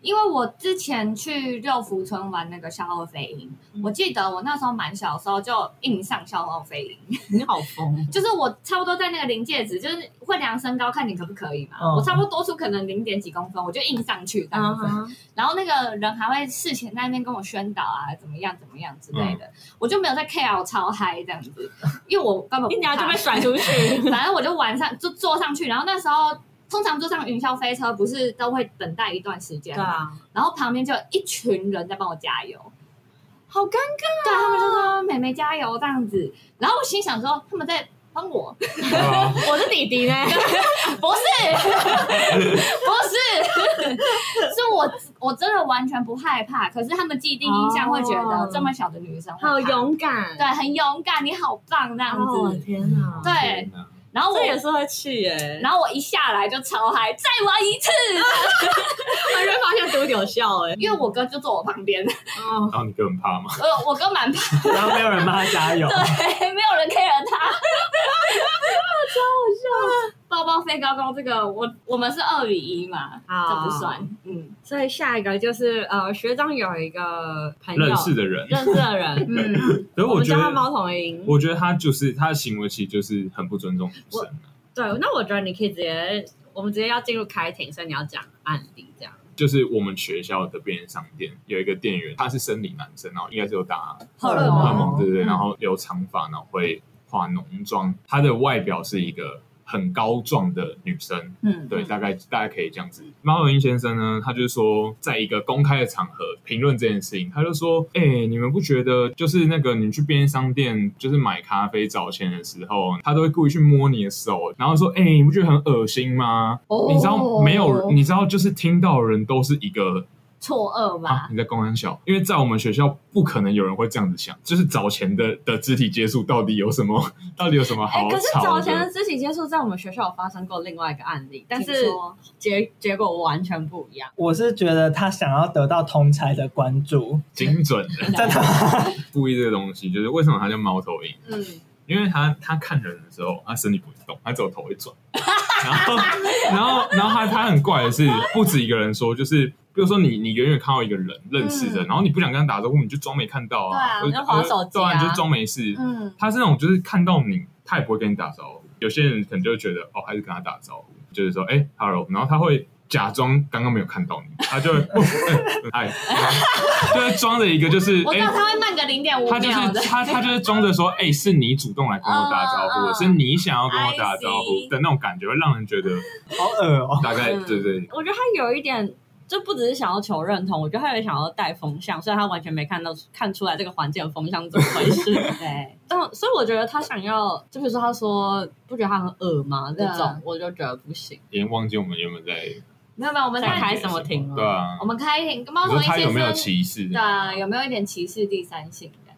[SPEAKER 1] 因为我之前去六福村玩那个消耗飞鹰，
[SPEAKER 3] 嗯
[SPEAKER 1] 我记得我那时候蛮小的时候就硬上消耗飞鹰，
[SPEAKER 3] 你好疯，
[SPEAKER 1] 就是我差不多在那个临界值，就是会量身高看你可不可以嘛。
[SPEAKER 2] 嗯
[SPEAKER 1] 我差不多多出可能零点几公分，我就硬上去这样子。
[SPEAKER 3] 嗯，
[SPEAKER 1] 然后那个人还会事前在那边跟我宣导啊，怎么样怎么样之类的，我就没有在 care 我超嗨这样子，因为我根本
[SPEAKER 3] 一
[SPEAKER 1] 不
[SPEAKER 3] 秒
[SPEAKER 1] 怕
[SPEAKER 3] 就被甩出去。
[SPEAKER 1] 反正我就晚上就坐上去，然后那时候通常坐上云霄飞车不是都会等待一段时间
[SPEAKER 3] 对
[SPEAKER 1] 吗？
[SPEAKER 3] 啊，
[SPEAKER 1] 然后旁边就有一群人在帮我加油，
[SPEAKER 3] 好尴啊
[SPEAKER 1] 对他们就说“妹妹加油”这样子，然后我心想说他们在帮我，
[SPEAKER 4] 对啊
[SPEAKER 3] 尬，我是弟弟呢。
[SPEAKER 1] 不是，不是， 是我我真的完全不害怕，可是他们既定印象会觉得
[SPEAKER 3] 哦
[SPEAKER 1] 这么小的女生会 怕
[SPEAKER 3] 好勇敢，
[SPEAKER 1] 对，很勇敢，你好棒这样子，
[SPEAKER 3] 哦天哪，
[SPEAKER 1] 对
[SPEAKER 4] 天哪
[SPEAKER 1] 然后我
[SPEAKER 3] 这也是会气耶，
[SPEAKER 1] 然后我一下来就超嗨，再玩一次，
[SPEAKER 3] 突然发现独有效 哎，
[SPEAKER 1] 因为我哥就坐我旁边，
[SPEAKER 3] 哦，
[SPEAKER 4] 然后你根本怕吗？
[SPEAKER 1] 呃，我哥蛮怕
[SPEAKER 2] 然后没有人帮他加油，
[SPEAKER 1] 对， 没有人 care 他，超好笑。抱抱飞高高这个，我我们是二比一嘛，这
[SPEAKER 3] 好
[SPEAKER 1] 不算。嗯
[SPEAKER 3] 所以下一个就是呃，学长有一个朋友
[SPEAKER 4] 认识的人，
[SPEAKER 3] 认识的 人，
[SPEAKER 1] 嗯，
[SPEAKER 4] 所以
[SPEAKER 3] 我
[SPEAKER 4] 我
[SPEAKER 3] 们
[SPEAKER 4] 觉
[SPEAKER 3] 叫他
[SPEAKER 4] 得
[SPEAKER 3] 猫头鹰。
[SPEAKER 4] 我觉得他就是他的行为，其实就是很不尊重女生
[SPEAKER 3] 我
[SPEAKER 4] 啊，
[SPEAKER 3] 对，那我觉得你可以直接，我们直接要进入开庭，所以你要讲案例这样。
[SPEAKER 4] 就是我们学校的便利商店有一个店员，他是生理男生，然后应该是有打
[SPEAKER 1] 荷尔
[SPEAKER 4] 荷尔
[SPEAKER 1] 蒙，
[SPEAKER 4] 蒙，对不对？
[SPEAKER 1] 嗯
[SPEAKER 4] 然后留长发，然后会化浓妆，他的外表是一个很高壮的女生，
[SPEAKER 1] 嗯，
[SPEAKER 4] 对，大概大概可以这样子。猫头鹰先生呢，他就是说，在一个公开的场合评论这件事情，他就说：“哎、你们不觉得就是那个你去便利商店就是买咖啡找钱的时候，他都会故意去摸你的手，然后说：‘哎、你不觉得很恶心吗？’
[SPEAKER 1] 哦
[SPEAKER 4] 你知道没有？你知道就是听到的人都是一个
[SPEAKER 1] 错愕
[SPEAKER 4] 啊
[SPEAKER 1] 吧，？
[SPEAKER 4] 你在公安小，因为在我们学校不可能有人会这样子想，就是早前的的肢体接触到底有什么， 到底有什么
[SPEAKER 3] 哎、
[SPEAKER 4] 好
[SPEAKER 3] 可是
[SPEAKER 4] 吵
[SPEAKER 3] 早前的
[SPEAKER 4] 的？
[SPEAKER 3] 肢体接触在我们学校有发生过另外一个案例，但
[SPEAKER 1] 请
[SPEAKER 3] 是
[SPEAKER 1] 说
[SPEAKER 3] 结结果完全不一样。
[SPEAKER 2] 我是觉得他想要得到同才的关注，
[SPEAKER 4] 精准的，
[SPEAKER 2] 真的。
[SPEAKER 4] 故意这个东西，就是为什么它叫猫头鹰？
[SPEAKER 1] 嗯，
[SPEAKER 4] 因为他他看人的时候，他身体不会动，他只有头会 转。然后然后然后他他很怪的是，不止一个人说，就是。比如说你，你远远看到一个人认识的，
[SPEAKER 3] 嗯
[SPEAKER 4] 然后你不想跟他打招呼，你就装没看到啊，
[SPEAKER 3] 对啊你就滑手机啊
[SPEAKER 4] 对啊，你就装没事。
[SPEAKER 3] 嗯，
[SPEAKER 4] 他是那种就是看到你，他也不会跟你打招呼。有些人可能就会觉得哦，还是跟他打招呼，就是说哎、h e l l o 然后他会假装刚刚没有看到 你，他就会哦哎， 就是装着一个就是
[SPEAKER 1] 我
[SPEAKER 4] 哎。
[SPEAKER 1] 知道他会慢个零点五
[SPEAKER 4] 他就
[SPEAKER 1] 秒的，
[SPEAKER 4] 是他，他就是装着说，哎、是你主动来跟我打招呼
[SPEAKER 1] 嗯嗯
[SPEAKER 4] 的，
[SPEAKER 1] 嗯
[SPEAKER 4] 是你想要跟我打
[SPEAKER 1] I see。
[SPEAKER 4] 招呼的那种感觉，会让人觉得
[SPEAKER 2] 好恶哦、
[SPEAKER 4] 大概
[SPEAKER 3] 嗯
[SPEAKER 4] 对对，
[SPEAKER 3] 我觉得他有一点，就不只是想要求认同，我觉得他也想要带风向，虽然他完全没看到看出来这个环境的风向怎么回事
[SPEAKER 1] 对，
[SPEAKER 3] 但所以我觉得他想要，就比如说他说不觉得他很恶吗？这
[SPEAKER 1] 对啊
[SPEAKER 3] 种我就觉得不行。
[SPEAKER 4] 已经忘记我们原本在
[SPEAKER 1] 没有没有，我们
[SPEAKER 3] 在
[SPEAKER 1] 在
[SPEAKER 3] 开什么庭了？哦
[SPEAKER 4] 对啊
[SPEAKER 1] 我，们开庭，猫
[SPEAKER 4] 你
[SPEAKER 1] 头
[SPEAKER 4] 说
[SPEAKER 1] 鹰
[SPEAKER 4] 他有
[SPEAKER 1] 先
[SPEAKER 4] 没有
[SPEAKER 1] 生
[SPEAKER 4] 歧视？
[SPEAKER 1] 对啊，有没有一点歧视第三性的？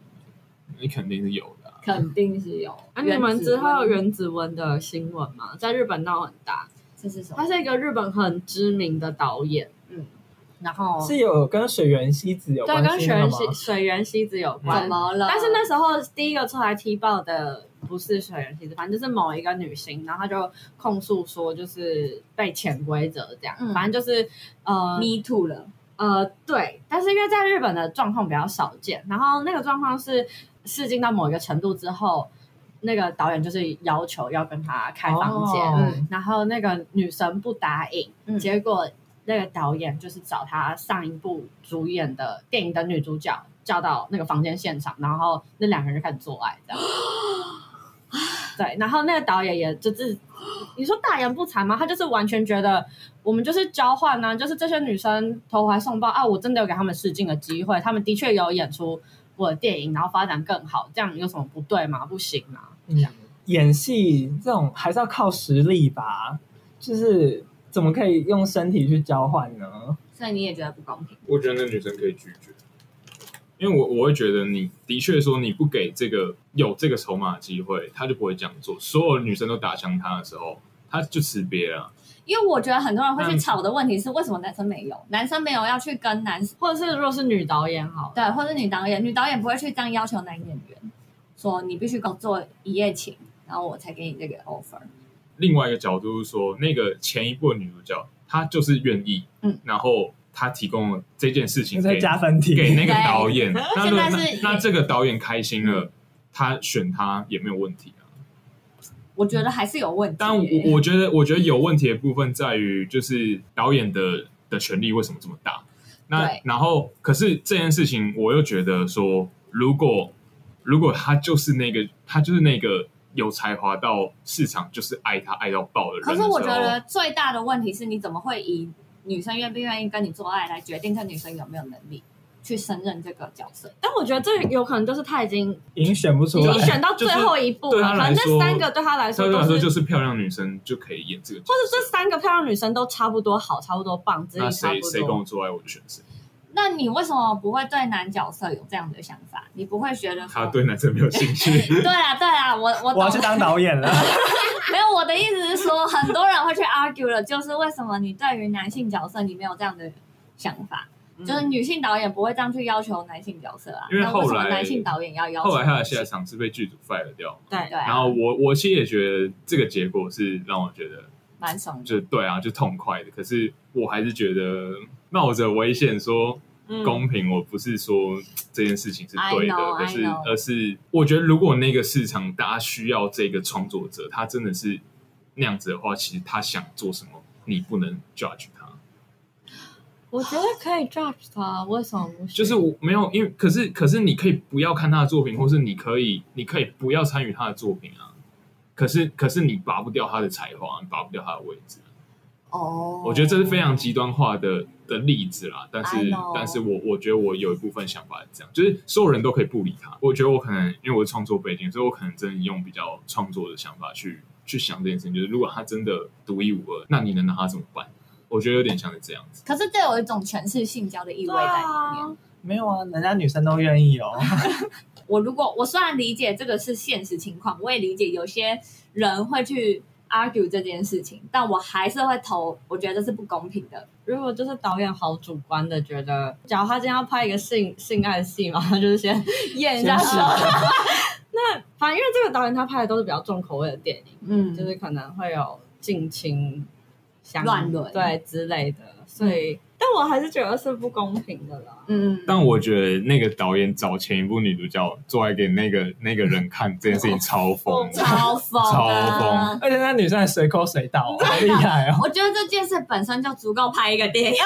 [SPEAKER 4] 你肯定是有的啊、
[SPEAKER 1] 肯定是有。
[SPEAKER 3] 啊，你们之后
[SPEAKER 1] 原
[SPEAKER 3] 原子温的新闻嘛，在日本闹很大。
[SPEAKER 1] 这是什么
[SPEAKER 3] 他？是一个日本很知名的导演，
[SPEAKER 1] 嗯，
[SPEAKER 3] 然后
[SPEAKER 2] 是有跟水源希子有
[SPEAKER 3] 对
[SPEAKER 2] 关
[SPEAKER 3] 跟
[SPEAKER 2] 系
[SPEAKER 3] 水
[SPEAKER 2] 的
[SPEAKER 3] 原
[SPEAKER 2] 吗？
[SPEAKER 3] 希水原希子有关
[SPEAKER 1] 怎，么了？
[SPEAKER 3] 但是那时候第一个出来踢爆的不是水原希子，反正就是某一个女星，然后她就控诉说就是被潜规则这样，
[SPEAKER 1] 嗯
[SPEAKER 3] 反正就是呃
[SPEAKER 1] me too 了，
[SPEAKER 3] 呃对，但是因为在日本的状况比较少见，然后那个状况是试镜到某一个程度之后。那个导演就是要求要跟她开房间
[SPEAKER 2] 哦
[SPEAKER 3] 嗯然后那个女生不答应，
[SPEAKER 1] 嗯
[SPEAKER 3] 结果那个导演就是找她上一部主演的电影的女主角叫到那个房间现场，然后那两个人就开始做爱，这样。对，然后那个导演也就是，你说大言不惭吗？他就是完全觉得我们就是交换呢、就是这些女生投怀送抱啊，我真的有给他们试镜的机会，他们的确有演出我的电影，然后发展更好，这样有什么不对吗？不行啊，
[SPEAKER 2] 嗯演戏这种还是要靠实力吧，就是怎么可以用身体去交换呢？
[SPEAKER 1] 所以你也觉得不公平？
[SPEAKER 4] 我觉得那女生可以拒绝，因为我我会觉得你的确说你不给这个有这个筹码的机会，他就不会这样做。所有女生都打枪他的时候，他就识别了。
[SPEAKER 1] 因为我觉得很多人会去
[SPEAKER 4] 嗯
[SPEAKER 1] 吵的问题是，为什么男生没有？男生没有要去跟男
[SPEAKER 3] 或者是如果是女导演好了，
[SPEAKER 1] 对，或者女导演，女导演不会去这样要求男演员，说你必须跟我做一夜情，然后我才给你这个 offer。
[SPEAKER 4] 另外一个角度是说，那个前一部的女主角，她就是愿意，
[SPEAKER 1] 嗯，
[SPEAKER 4] 然后她提供了这件事情
[SPEAKER 2] 这才
[SPEAKER 4] 给
[SPEAKER 2] 加分
[SPEAKER 4] 给
[SPEAKER 2] 题。
[SPEAKER 4] 那个导 演，那如果
[SPEAKER 1] 现
[SPEAKER 4] 那
[SPEAKER 1] 在是
[SPEAKER 4] 那这个导演开心了，他选他也没有问题啊。
[SPEAKER 1] 我觉得还是有问题耶。
[SPEAKER 4] 但我我觉得，我觉得有问题的部分在于，就是导演的的权力为什么这么大？那
[SPEAKER 1] 对
[SPEAKER 4] 然后，可是这件事情，我又觉得说，如果如果他就是那个，他就是那个有才华到市场就是爱他爱到爆的人的
[SPEAKER 1] 可
[SPEAKER 4] 时
[SPEAKER 1] 是
[SPEAKER 4] 候，
[SPEAKER 1] 我觉得最大的问题是，你怎么会以女生愿不愿意跟你做爱来决定这女生有没有能力去胜任这个角色？
[SPEAKER 3] 但我觉得这有可能就是他已经
[SPEAKER 2] 已经选不出
[SPEAKER 3] 已
[SPEAKER 2] 来
[SPEAKER 3] 经，选到最后一步
[SPEAKER 4] 啊就是对
[SPEAKER 3] 了，
[SPEAKER 4] 他来
[SPEAKER 3] 反正这
[SPEAKER 4] 说
[SPEAKER 3] 三个对他来
[SPEAKER 4] 相
[SPEAKER 3] 说
[SPEAKER 4] 对
[SPEAKER 3] 都
[SPEAKER 4] 来说，
[SPEAKER 3] 是，
[SPEAKER 4] 就是漂亮女生就可以演这个角
[SPEAKER 3] 或
[SPEAKER 4] 色。
[SPEAKER 3] 者这三个漂亮女生都差不多好，差不多棒，资
[SPEAKER 4] 那
[SPEAKER 3] 历差
[SPEAKER 4] 谁
[SPEAKER 3] 不
[SPEAKER 4] 谁跟
[SPEAKER 3] 多。
[SPEAKER 4] 我做爱，我就选谁。
[SPEAKER 1] 那你为什么不会对男角色有这样的想法？你不会觉得说
[SPEAKER 4] 他啊对男生没有兴趣。
[SPEAKER 1] 对啦对啦，我我
[SPEAKER 2] 我
[SPEAKER 1] 懂
[SPEAKER 2] 要去当导演 了。
[SPEAKER 1] 没有，我的意思是说， 很多人会去 argue 了，就是为什么你对于男性角色你没有这样的想法？就是女性导演不会这样去要求男性角色啊，
[SPEAKER 4] 嗯因为
[SPEAKER 1] 那为什
[SPEAKER 4] 后
[SPEAKER 1] 么
[SPEAKER 4] 来
[SPEAKER 1] 男性导演要要求？
[SPEAKER 4] 后来他的下场是被剧组 fire 掉嘛，
[SPEAKER 3] 对
[SPEAKER 1] 对啊，
[SPEAKER 4] 然后我我其实也觉得这个结果是让我觉得
[SPEAKER 1] 蛮爽的，
[SPEAKER 4] 就对啊，就痛快的。可是我还是觉得冒着危险说
[SPEAKER 3] 嗯
[SPEAKER 4] 公平，我不是说这件事情是对的
[SPEAKER 1] I know，
[SPEAKER 4] 可是
[SPEAKER 1] I know
[SPEAKER 4] 而是我觉得如果那个市场大家需要这个创作者，他真的是那样子的话，其实他想做什么，你不能 judge 他。
[SPEAKER 3] 我觉得可以 judge 他，为什么不行？
[SPEAKER 4] 就是我没有，因为可是可是你可以不要看他的作品，或是你可以你可以不要参与他的作品啊。可是可是你拔不掉他的才华，你拔不掉他的位置。
[SPEAKER 1] 哦，
[SPEAKER 4] 我觉得这是非常极端化的的例子啦。但是
[SPEAKER 1] I know
[SPEAKER 4] 但是我我觉得我有一部分想法是这样，就是所有人都可以不理他。我觉得我可能因为我是创作背景，所以我可能真的用比较创作的想法去去想这件事情。就是如果他真的独一无二，那你能拿他怎么办？我觉得有点像是这样子。
[SPEAKER 1] 可是这有一种诠释性交的意味
[SPEAKER 3] 对
[SPEAKER 1] 在里面。
[SPEAKER 3] 啊，
[SPEAKER 2] 没有啊，人家女生都愿意哦。
[SPEAKER 1] 我如果我虽然理解这个是现实情况，我也理解有些人会去 argue 这件事情，但我还是会投，我觉得这是不公平的。
[SPEAKER 3] 如果就是导演好主观的觉
[SPEAKER 4] 啊
[SPEAKER 3] 得，假如他今天要拍一个性性爱戏嘛，他就是先验一下
[SPEAKER 2] 先试
[SPEAKER 3] 手。那那反正因为这个导演他拍的都是比较重口味的电影，
[SPEAKER 1] 嗯，
[SPEAKER 3] 就是可能会有近亲相
[SPEAKER 1] 乱伦
[SPEAKER 3] 对之类的，所以、但我还是觉得是不公平的啦。
[SPEAKER 1] 嗯，
[SPEAKER 4] 但我觉得那个导演找前一部女主角做爱给那个那个人看这件事情 超疯的，
[SPEAKER 1] 超疯啊，
[SPEAKER 4] 超疯
[SPEAKER 2] 而且那女生还随口随到，好厉害哦！
[SPEAKER 1] 我觉得这件事本身就足够拍一个电影。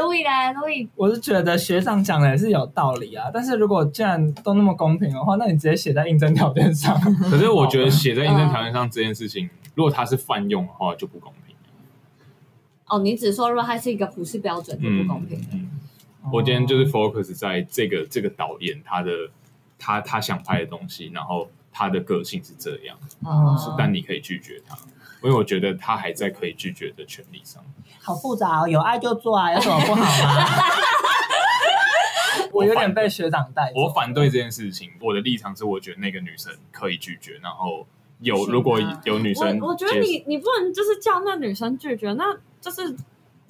[SPEAKER 1] Louis 呢？Louis
[SPEAKER 2] 我是觉得学长讲的也是有道理啊，但是如果既然都那么公平的话，那你直接写在应征条件上。
[SPEAKER 4] 可是我觉得写在应征
[SPEAKER 1] 嗯
[SPEAKER 4] 条件上这件事情，如果它是泛用的话就不公平。
[SPEAKER 1] 哦，你只说如果它是一个普世标准就不公平。
[SPEAKER 4] 嗯，
[SPEAKER 3] 哦
[SPEAKER 4] 我今天就是 focus 在这个这个导演他的他他想拍的东西，然后他的个性是这样，
[SPEAKER 2] 哦
[SPEAKER 3] 嗯
[SPEAKER 1] 哦，
[SPEAKER 4] 但你可以拒绝他，因为我觉得他还在可以拒绝的权利上。
[SPEAKER 2] 好复杂哦，有爱就做啊，有什么不好吗？ 我有点被学长带
[SPEAKER 4] 我
[SPEAKER 2] 走，
[SPEAKER 4] 反对这件事情，我的立场是，我觉得那个女生可以拒绝，然后有
[SPEAKER 1] 行啊
[SPEAKER 4] 如果有女生接受，
[SPEAKER 3] 我我觉得你你不能就是叫那女生拒绝，那就是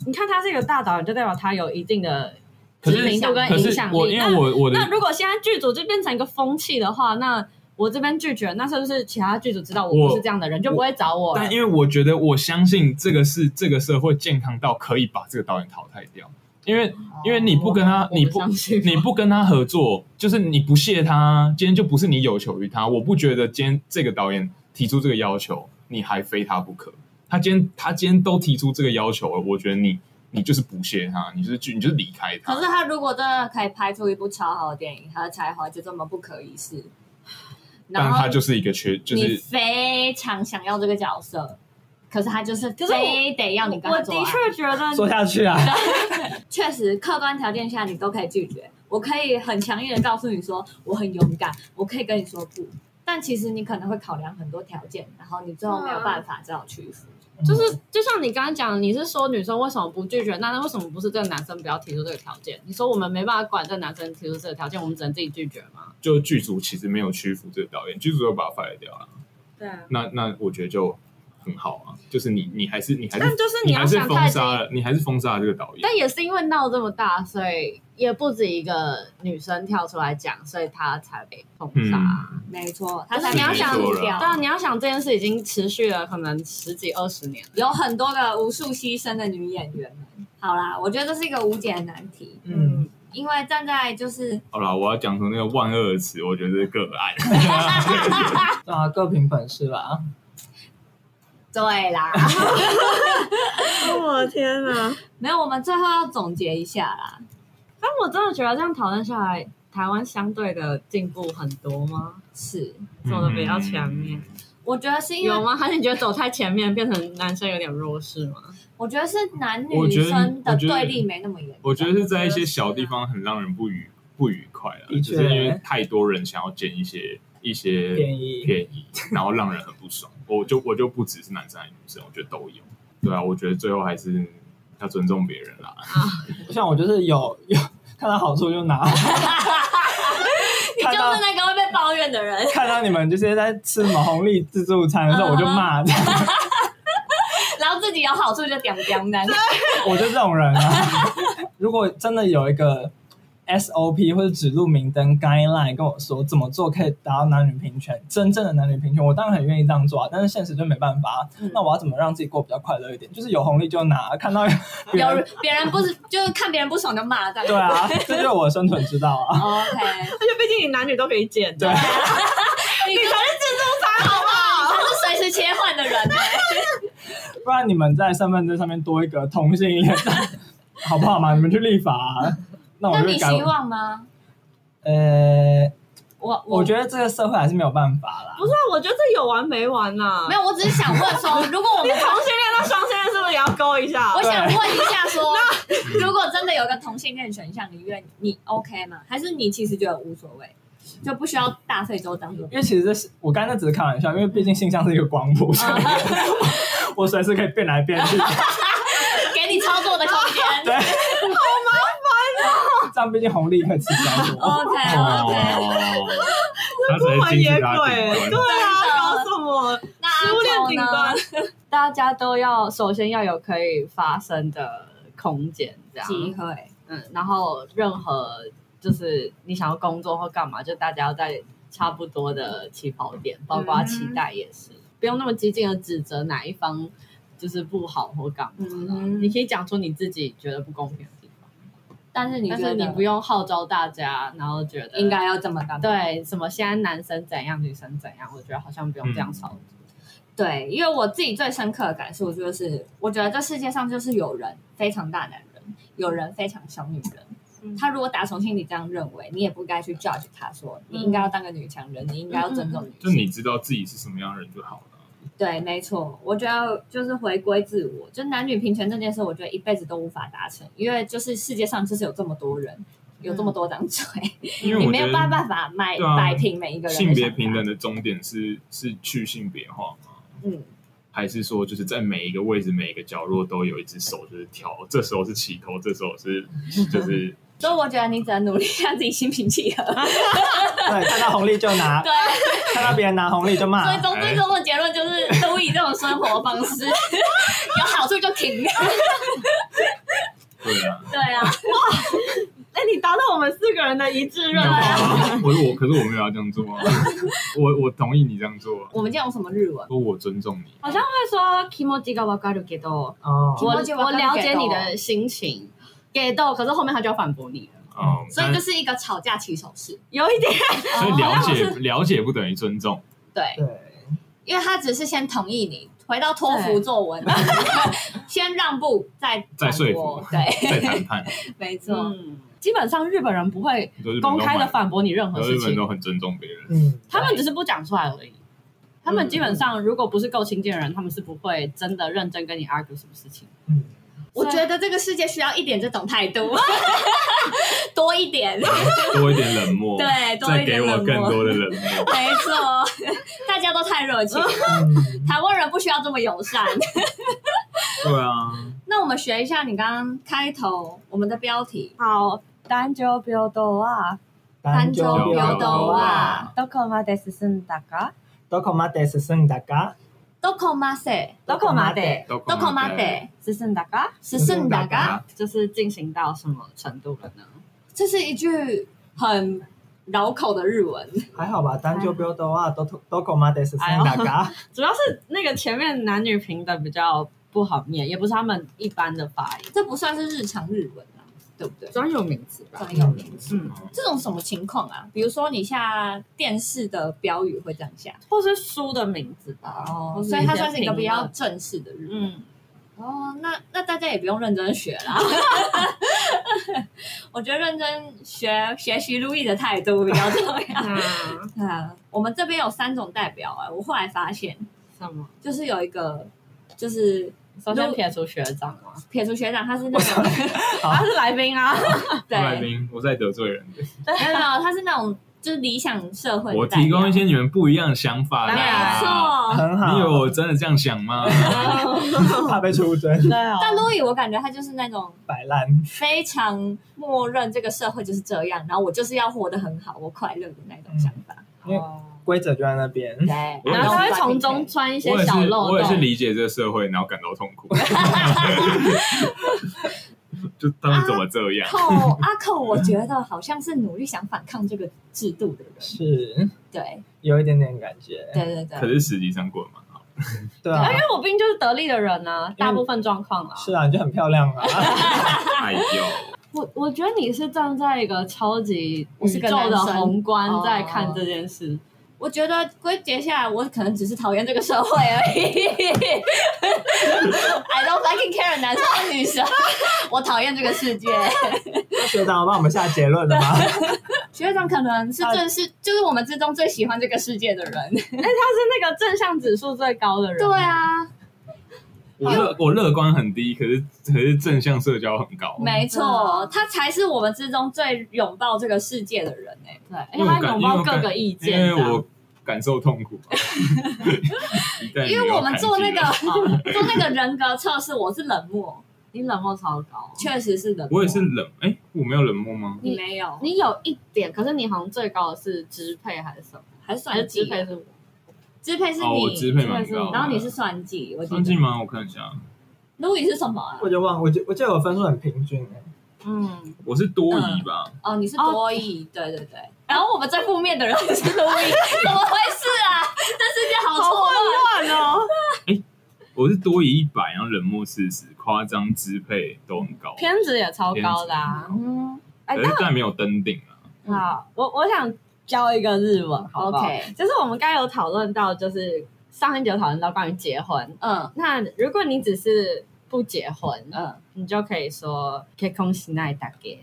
[SPEAKER 3] 你看他是一个大导演，就代表他有一定的
[SPEAKER 4] 可
[SPEAKER 3] 知
[SPEAKER 4] 是
[SPEAKER 3] 名度跟
[SPEAKER 4] 可
[SPEAKER 3] 影
[SPEAKER 4] 是
[SPEAKER 3] 响
[SPEAKER 4] 我
[SPEAKER 3] 力。
[SPEAKER 4] 因
[SPEAKER 3] 那
[SPEAKER 4] 为我我的
[SPEAKER 3] 那如果现在剧组就变成一个风气的话，那我这边拒绝，那是不是其他剧组知道我不
[SPEAKER 4] 我
[SPEAKER 3] 是这样的人，就不会找我了？
[SPEAKER 4] 但因为我觉得，我相信这个是这个社会健康到可以把这个导演淘汰掉，因为因为你不跟他，
[SPEAKER 3] 哦我
[SPEAKER 4] 你
[SPEAKER 3] 不相信
[SPEAKER 4] 你不跟他合作，就是你不屑他，今天就不是你有求于他。我不觉得今天这个导演提出这个要求，你还非他不可。他今天他今天都提出这个要求了，我觉得你你就是不屑他，你就是拒你就是离开他。
[SPEAKER 1] 可是他如果真的可以拍出一部超好的电影，他的才华就这么不可一世，然
[SPEAKER 4] 但
[SPEAKER 1] 后
[SPEAKER 4] 他就是一个缺，就
[SPEAKER 1] 你
[SPEAKER 4] 是
[SPEAKER 1] 非常想要这个角色，可是他就是
[SPEAKER 3] 可是我
[SPEAKER 1] 非得要你跟
[SPEAKER 3] 我
[SPEAKER 1] 他
[SPEAKER 3] 的
[SPEAKER 1] 做爱。
[SPEAKER 3] 确觉得
[SPEAKER 2] 说下去啊。
[SPEAKER 1] 确实，客观条件下你都可以拒绝。我可以很强硬的告诉你说我很勇敢，我可以跟你说不。但其实你可能会考量很多条件，然后你最后没有办法，只好屈服。
[SPEAKER 3] 就是就像你刚刚讲，你是说女生为什么不拒绝？那那为什么不是这个男生不要提出这个条件？你说我们没办法管这个男生提出这个条件，我们只能自己拒绝吗？
[SPEAKER 4] 就剧组其实没有屈服这个导演，剧组又把他 fire 掉了。
[SPEAKER 3] 对啊。
[SPEAKER 4] 那那我觉得就很好啊，就是你你还是你还是
[SPEAKER 3] 但就是
[SPEAKER 4] 你
[SPEAKER 3] 要
[SPEAKER 4] 还是
[SPEAKER 3] 想
[SPEAKER 4] 封
[SPEAKER 3] 太低，
[SPEAKER 4] 杀了，你还是封杀了这个导演。
[SPEAKER 3] 但也是因为闹这么大，所以也不止一个女生跳出来讲，所以她才被封杀。
[SPEAKER 4] 嗯
[SPEAKER 1] 没错，他
[SPEAKER 3] 可
[SPEAKER 1] 才
[SPEAKER 3] 是你要
[SPEAKER 1] 被
[SPEAKER 3] 想
[SPEAKER 1] 除
[SPEAKER 4] 对
[SPEAKER 1] 掉
[SPEAKER 4] 啊
[SPEAKER 3] 当然，你要想这件事已经持续了可能十几二十年了，
[SPEAKER 1] 有很多个无数牺牲的女演员们。好啦，我觉得这是一个无解的难题，
[SPEAKER 2] 嗯，
[SPEAKER 1] 因为站在就是
[SPEAKER 4] 好啦，我要讲出那个万恶的词，我觉得是个案。
[SPEAKER 2] 对啊，各凭本事吧。
[SPEAKER 1] 对啦，
[SPEAKER 3] 我的哦天哪！
[SPEAKER 1] 没有，我们最后要总结一下啦。
[SPEAKER 3] 但我真的觉得这样讨论下来，台湾相对的进步很多吗？
[SPEAKER 1] 是，
[SPEAKER 3] 走的
[SPEAKER 4] 嗯
[SPEAKER 3] 比较
[SPEAKER 1] 嗯
[SPEAKER 3] 前面。
[SPEAKER 1] 我觉得是因为
[SPEAKER 3] 有吗？还是你觉得走太前面变成男生有点弱势吗？
[SPEAKER 1] 我觉得是男
[SPEAKER 4] 我
[SPEAKER 1] 女
[SPEAKER 4] 觉得
[SPEAKER 1] 生的
[SPEAKER 4] 我觉得
[SPEAKER 1] 对立没那么严重。
[SPEAKER 4] 我觉得是在一些小地方很让人不愉不愉快啊，
[SPEAKER 2] 的
[SPEAKER 4] 就
[SPEAKER 2] 确
[SPEAKER 4] 是因为太多人想要捡一些一些
[SPEAKER 2] 便宜
[SPEAKER 4] 便宜，然后让人很不爽。我就我就不只是男生还是女生，我觉得都有。对啊，我觉得最后还是要尊重别人啦。
[SPEAKER 2] 像我就是有 有看到好处就拿，
[SPEAKER 1] 你就是那个会被抱怨的人，
[SPEAKER 2] 看到你们就是在吃什么红利自助餐
[SPEAKER 1] 嗯
[SPEAKER 2] 的时候，我就骂，
[SPEAKER 1] 然后自己有好处就屌屌男。
[SPEAKER 4] 啊
[SPEAKER 2] 我就这种人啊。 如果真的有一个 SOP 或者指路明灯 guideline 跟我说怎么做可以达到男女平权，真正的男女平权，我当然很愿意这样做啊。但是现实就没办法啊、
[SPEAKER 1] 嗯
[SPEAKER 2] 那我要怎么让自己过比较快乐一点？就是有红利就拿，看到别
[SPEAKER 1] 有
[SPEAKER 2] 人
[SPEAKER 1] 人别人不是就是看别人不爽就骂这样。
[SPEAKER 2] 对啊，这就是我的生存之道啊。
[SPEAKER 1] OK，
[SPEAKER 3] 而且毕竟你男女都可以剪
[SPEAKER 2] 对
[SPEAKER 3] 的，
[SPEAKER 1] 你才是自助餐好不好？他是随时切换的人欸、
[SPEAKER 2] 不然你们在身份证上面多一个同性恋，好不好嘛？你们去立法啊、那我
[SPEAKER 1] 那
[SPEAKER 2] 就
[SPEAKER 1] 你
[SPEAKER 2] 改
[SPEAKER 1] 希。望吗？
[SPEAKER 2] 呃，
[SPEAKER 1] 我
[SPEAKER 2] 我觉得这个社会还是没有办法啦。
[SPEAKER 3] 不是啊？我觉得这有完没完呐、
[SPEAKER 1] 没有，我只是想问 说，如果我
[SPEAKER 3] 你
[SPEAKER 1] 们
[SPEAKER 3] 同性恋到双性恋是不是也要勾一下？
[SPEAKER 1] 我想问一下说，如果真的有个同性恋选项，你愿你 OK 吗？还是你其实觉得无所谓，就不需要大费周章做？
[SPEAKER 2] 因为其实这是我刚才那只是开玩笑，因为毕竟性向是一个光谱，所以我 随时可以变来变去。
[SPEAKER 1] 给你操作的空间
[SPEAKER 2] 对。哦这样毕竟红利会吃比较多。
[SPEAKER 1] OK
[SPEAKER 4] 哦
[SPEAKER 1] OK，，
[SPEAKER 4] 他
[SPEAKER 3] 不
[SPEAKER 4] 才
[SPEAKER 3] 管
[SPEAKER 4] 是金
[SPEAKER 3] 也鬼，
[SPEAKER 4] 字塔
[SPEAKER 3] 对
[SPEAKER 4] 顶端。
[SPEAKER 1] 啊
[SPEAKER 3] 啊，搞什么？
[SPEAKER 1] 那
[SPEAKER 3] 食物
[SPEAKER 1] 阿
[SPEAKER 3] 链
[SPEAKER 1] 狗
[SPEAKER 3] 顶
[SPEAKER 1] 呢
[SPEAKER 3] 端？， 大家都要首先要有可以发声的空间，这样
[SPEAKER 1] 机会。
[SPEAKER 3] 嗯，然后任何就是你想要工作或干嘛，就大家要在差不多的起跑点，包
[SPEAKER 1] 嗯
[SPEAKER 3] 括期待也是，不用那么激进的指责哪一方就是不好或干嘛。
[SPEAKER 1] 嗯
[SPEAKER 3] 你，可以讲出你自己觉得不公平的地方，
[SPEAKER 1] 但是你觉
[SPEAKER 3] 但是
[SPEAKER 1] 得
[SPEAKER 3] 你不用号召大家，然后觉得
[SPEAKER 1] 应该要这么干？
[SPEAKER 3] 对什么现在男生怎样，女生怎样，我觉得好像不用这样
[SPEAKER 1] 嗯
[SPEAKER 3] 吵。
[SPEAKER 1] 对，因为我自己最深刻的感受就是，我觉得这世界上就是有人非常大男人，有人非常小女人。
[SPEAKER 3] 嗯
[SPEAKER 1] 他如果打从心里这样认为，你也不该去 judge 他说，你应该要当个女强人，你应该要尊重女
[SPEAKER 4] 就
[SPEAKER 1] 性。
[SPEAKER 4] 你知道自己是什么样的人就好了。
[SPEAKER 1] 对，没错，我觉得就是回归自我，就男女平权这件事，我觉得一辈子都无法达成，因为就是世界上就是有这么多人，有这么多张嘴，
[SPEAKER 4] 嗯因为
[SPEAKER 1] 你
[SPEAKER 4] 我
[SPEAKER 1] 没
[SPEAKER 4] 觉
[SPEAKER 1] 有办
[SPEAKER 4] 得
[SPEAKER 1] 办法买
[SPEAKER 4] 对啊
[SPEAKER 1] 摆平每一个人的
[SPEAKER 4] 性别
[SPEAKER 1] 想法
[SPEAKER 4] 平等。的终点是是去性别化吗？
[SPEAKER 1] 嗯，
[SPEAKER 4] 还是说就是在每一个位置、每一个角落都有一只手就是挑，这时候是起头，这时候是就是
[SPEAKER 1] 所以我觉得你只能努力让自己心平气和。
[SPEAKER 2] 对，看到红利就拿，
[SPEAKER 1] 对。
[SPEAKER 2] 看到别人拿红利就
[SPEAKER 4] 啊
[SPEAKER 2] 骂
[SPEAKER 1] 所以，总
[SPEAKER 4] 哎
[SPEAKER 1] 之，最终的结论就是，都以这种生活方式， 有好处就 停。
[SPEAKER 4] 对啊。
[SPEAKER 1] 对啊，
[SPEAKER 3] 哎，你达到我们四个人的一致
[SPEAKER 4] 没有
[SPEAKER 3] 认同。
[SPEAKER 4] 啊，我我可是我没有要这样做啊，我我同意你这样做啊，
[SPEAKER 1] 我们今天有什么日文？
[SPEAKER 4] 说我尊重你。
[SPEAKER 3] 好像会说 “kimoji
[SPEAKER 1] 嗯
[SPEAKER 3] ga w a k a r u gedo”，
[SPEAKER 2] 哦，
[SPEAKER 3] 我
[SPEAKER 1] “kimoji wa
[SPEAKER 3] 我
[SPEAKER 1] karu
[SPEAKER 3] 了解你的心情，gedo，可是后面他就要反驳你了，
[SPEAKER 4] 嗯，
[SPEAKER 1] 所以
[SPEAKER 4] 但
[SPEAKER 1] 就是是一个吵架起手式。
[SPEAKER 3] 有一点
[SPEAKER 4] 所以了解
[SPEAKER 1] 哦
[SPEAKER 4] 了解不等于尊重，
[SPEAKER 1] 对，
[SPEAKER 2] 对，
[SPEAKER 1] 因为他只是先同意你，回到托福作 文，先让步，再
[SPEAKER 4] 再说
[SPEAKER 1] 反驳
[SPEAKER 4] 服，
[SPEAKER 1] 对，
[SPEAKER 4] 再谈判，
[SPEAKER 1] 没错。
[SPEAKER 3] 嗯，基本上日本人不会
[SPEAKER 4] 就是
[SPEAKER 3] 公开的反驳你任何
[SPEAKER 4] 日
[SPEAKER 3] 事
[SPEAKER 4] 本人
[SPEAKER 3] 情，
[SPEAKER 4] 都很尊重别人。
[SPEAKER 2] 嗯，
[SPEAKER 3] 他们只是不讲出来而已。他们基本上如果不是够亲近的人，他们是不会真的认真跟你 argue 什么事情。
[SPEAKER 2] 嗯，
[SPEAKER 1] 我觉得这个世界需要一点这种态度， 多一点，
[SPEAKER 4] 多一点冷漠，
[SPEAKER 1] 对，多
[SPEAKER 4] 再
[SPEAKER 1] 一点
[SPEAKER 4] 给我
[SPEAKER 1] 冷
[SPEAKER 4] 更
[SPEAKER 1] 漠。
[SPEAKER 4] 多的冷漠。
[SPEAKER 1] 没错， 大家都太热情了，
[SPEAKER 2] 嗯
[SPEAKER 1] 台湾人不需要这么友善。
[SPEAKER 4] 对啊，
[SPEAKER 1] 那我们学一下你刚刚开头我们的标题，
[SPEAKER 3] 好，单就不要多啊，
[SPEAKER 1] 三周
[SPEAKER 4] 不要
[SPEAKER 1] 标
[SPEAKER 4] 斗
[SPEAKER 1] 斗
[SPEAKER 4] 啊
[SPEAKER 1] 啊，
[SPEAKER 3] どこまで進んだか、
[SPEAKER 2] どこまで進んだか？
[SPEAKER 1] どこまで、
[SPEAKER 3] どこまで
[SPEAKER 4] 都
[SPEAKER 1] どこまで
[SPEAKER 3] 進んだか，
[SPEAKER 1] 是圣达嘎，
[SPEAKER 4] 啊，
[SPEAKER 3] 就是进行到什么程度了呢？
[SPEAKER 1] 这是一句很绕口的日文。
[SPEAKER 2] 还好吧，单就不要多啊，どこどこまで進
[SPEAKER 1] 哎
[SPEAKER 2] ん だか？
[SPEAKER 3] 主要是那个前面男女平等比较不好念，也不是他们一般的发音，
[SPEAKER 1] 这不算是日常日文啊，对不对？
[SPEAKER 3] 专有名词吧。
[SPEAKER 1] 专有名词。
[SPEAKER 3] 嗯，
[SPEAKER 1] 这种什么情况啊？比如说你下电视的标语会这样下
[SPEAKER 3] 或是书的名字吧。
[SPEAKER 1] 哦
[SPEAKER 4] 嗯
[SPEAKER 3] 或是
[SPEAKER 1] 所以它算是一个
[SPEAKER 3] 一些评论
[SPEAKER 1] 比较正式的日文。
[SPEAKER 3] 嗯，
[SPEAKER 1] 哦，那那大家也不用认真学啦。 我觉得认真学学习路易的态度比较重要。 啊，我们这边有三种代表啊、我后来发现，
[SPEAKER 3] 什么？
[SPEAKER 1] 就是有一个，就是
[SPEAKER 3] 首先撇除学长吗？
[SPEAKER 1] 撇除学长，他是那 种
[SPEAKER 2] 啊
[SPEAKER 3] 他是来宾 啊。
[SPEAKER 1] 对，
[SPEAKER 4] 赖
[SPEAKER 1] 没
[SPEAKER 4] 冰，我在得罪人。
[SPEAKER 1] 有没有，他是那种就是理想社会
[SPEAKER 4] 我
[SPEAKER 1] 的代表，
[SPEAKER 4] 提供一些你们不一样的想法
[SPEAKER 3] 当然
[SPEAKER 4] 啦。
[SPEAKER 1] 错。
[SPEAKER 2] 很
[SPEAKER 4] 你以为
[SPEAKER 2] 好，
[SPEAKER 4] 我真的这样想吗？
[SPEAKER 2] 怕被出征，
[SPEAKER 3] 对啊，
[SPEAKER 1] 但路易，我感觉他就是那种
[SPEAKER 2] 摆烂。
[SPEAKER 1] 非常默认这个社会就是这样，然后我就是要活得很好，我快乐的那种想法。
[SPEAKER 2] 因为规则就在那边，
[SPEAKER 4] 嗯
[SPEAKER 1] 对，
[SPEAKER 3] 然后他会从中
[SPEAKER 1] 然后
[SPEAKER 3] 穿一些
[SPEAKER 4] 我也是
[SPEAKER 3] 小，漏
[SPEAKER 4] 我也是
[SPEAKER 3] 洞。
[SPEAKER 4] 理解这个社会，然后感到痛苦。 就他们怎么这样？
[SPEAKER 1] 扣阿扣，我觉得好像是努力想反抗这个制度的人。
[SPEAKER 2] 是
[SPEAKER 1] 对
[SPEAKER 2] 有一点点感觉。
[SPEAKER 1] 对对对，
[SPEAKER 4] 可是实际上过得蛮好。
[SPEAKER 2] 对
[SPEAKER 3] 啊，
[SPEAKER 2] 啊
[SPEAKER 3] 因，为我毕竟就是得力的人啊，大部分状况啊。
[SPEAKER 2] 是啊，你就很漂亮啊。
[SPEAKER 4] 哎呦，
[SPEAKER 3] 我我觉得你是站在一个超级
[SPEAKER 1] 我
[SPEAKER 3] 宇
[SPEAKER 1] 是个
[SPEAKER 3] 宙的
[SPEAKER 1] 男生
[SPEAKER 3] 宏观在看
[SPEAKER 1] 哦
[SPEAKER 3] 这件事。
[SPEAKER 1] 我觉得归结下来，我可能只是讨厌这个社会而已。I don't fucking care 男生和女生，我讨厌这个世界。
[SPEAKER 2] 啊那学长帮我们下结论了吗？
[SPEAKER 1] 学长可能是正是就是我们之中最喜欢这个世界的人。
[SPEAKER 4] 啊
[SPEAKER 3] 他是那个正向指数最高的人。
[SPEAKER 1] 对，啊，
[SPEAKER 4] 我乐我乐观很低，可是可是正向社交很高。
[SPEAKER 1] 没错，他才是我们之中最拥抱这个世界的人哎、
[SPEAKER 3] 对，
[SPEAKER 4] 因
[SPEAKER 3] 因
[SPEAKER 4] 为
[SPEAKER 3] 为他
[SPEAKER 4] 我
[SPEAKER 3] 拥
[SPEAKER 4] 感因为
[SPEAKER 3] 抱
[SPEAKER 4] 我
[SPEAKER 3] 各
[SPEAKER 4] 感
[SPEAKER 3] 个意见
[SPEAKER 4] 因
[SPEAKER 3] 这样。
[SPEAKER 4] 为我感受痛 苦。一旦你
[SPEAKER 1] 因为
[SPEAKER 4] 有
[SPEAKER 1] 我们
[SPEAKER 4] 感
[SPEAKER 1] 做
[SPEAKER 4] 觉
[SPEAKER 1] 那个 做那个人格测试，我是冷漠，
[SPEAKER 3] 你冷漠超高，
[SPEAKER 1] 确实是冷漠。
[SPEAKER 4] 我也是，冷，哎、我没有冷漠吗？
[SPEAKER 1] 你没有，
[SPEAKER 3] 你有一点，可是你好像最高的是支配还是什么？
[SPEAKER 1] 还是
[SPEAKER 3] 还是
[SPEAKER 1] 算
[SPEAKER 3] 支
[SPEAKER 1] 计？
[SPEAKER 5] 啊
[SPEAKER 3] 配是我？
[SPEAKER 1] 支配是
[SPEAKER 4] 哦，我
[SPEAKER 1] 你，
[SPEAKER 4] 支配蛮
[SPEAKER 3] 支配是
[SPEAKER 4] 高
[SPEAKER 3] 你
[SPEAKER 4] 的。
[SPEAKER 1] 然后你是算计，我记
[SPEAKER 4] 算计
[SPEAKER 1] 得。
[SPEAKER 4] 吗？我看一下，
[SPEAKER 1] 路易是什么啊？
[SPEAKER 2] 我就忘，我就我记得我分数很平均哎，
[SPEAKER 5] 嗯，
[SPEAKER 4] 我是多疑吧？
[SPEAKER 1] 哦，你是多疑，对对对，
[SPEAKER 5] 然后我们最负面的人是 Louis，怎么回事 啊？这世界好错乱。
[SPEAKER 1] 乱 哦。
[SPEAKER 4] 我是多疑一百，然后冷漠四十，夸张支配都很高，
[SPEAKER 5] 片子也超高的啊。嗯，哎，
[SPEAKER 4] 可是但没有登顶啊。
[SPEAKER 5] 那好，我我想教一个日文，好不好
[SPEAKER 1] OK
[SPEAKER 5] 就是我们刚才有讨论到，就是上一集有讨论到关于结婚。
[SPEAKER 1] 嗯
[SPEAKER 5] 那如果你只是不结婚，
[SPEAKER 1] 嗯，
[SPEAKER 5] 你就可以说 k e k o n s h i n a i d a g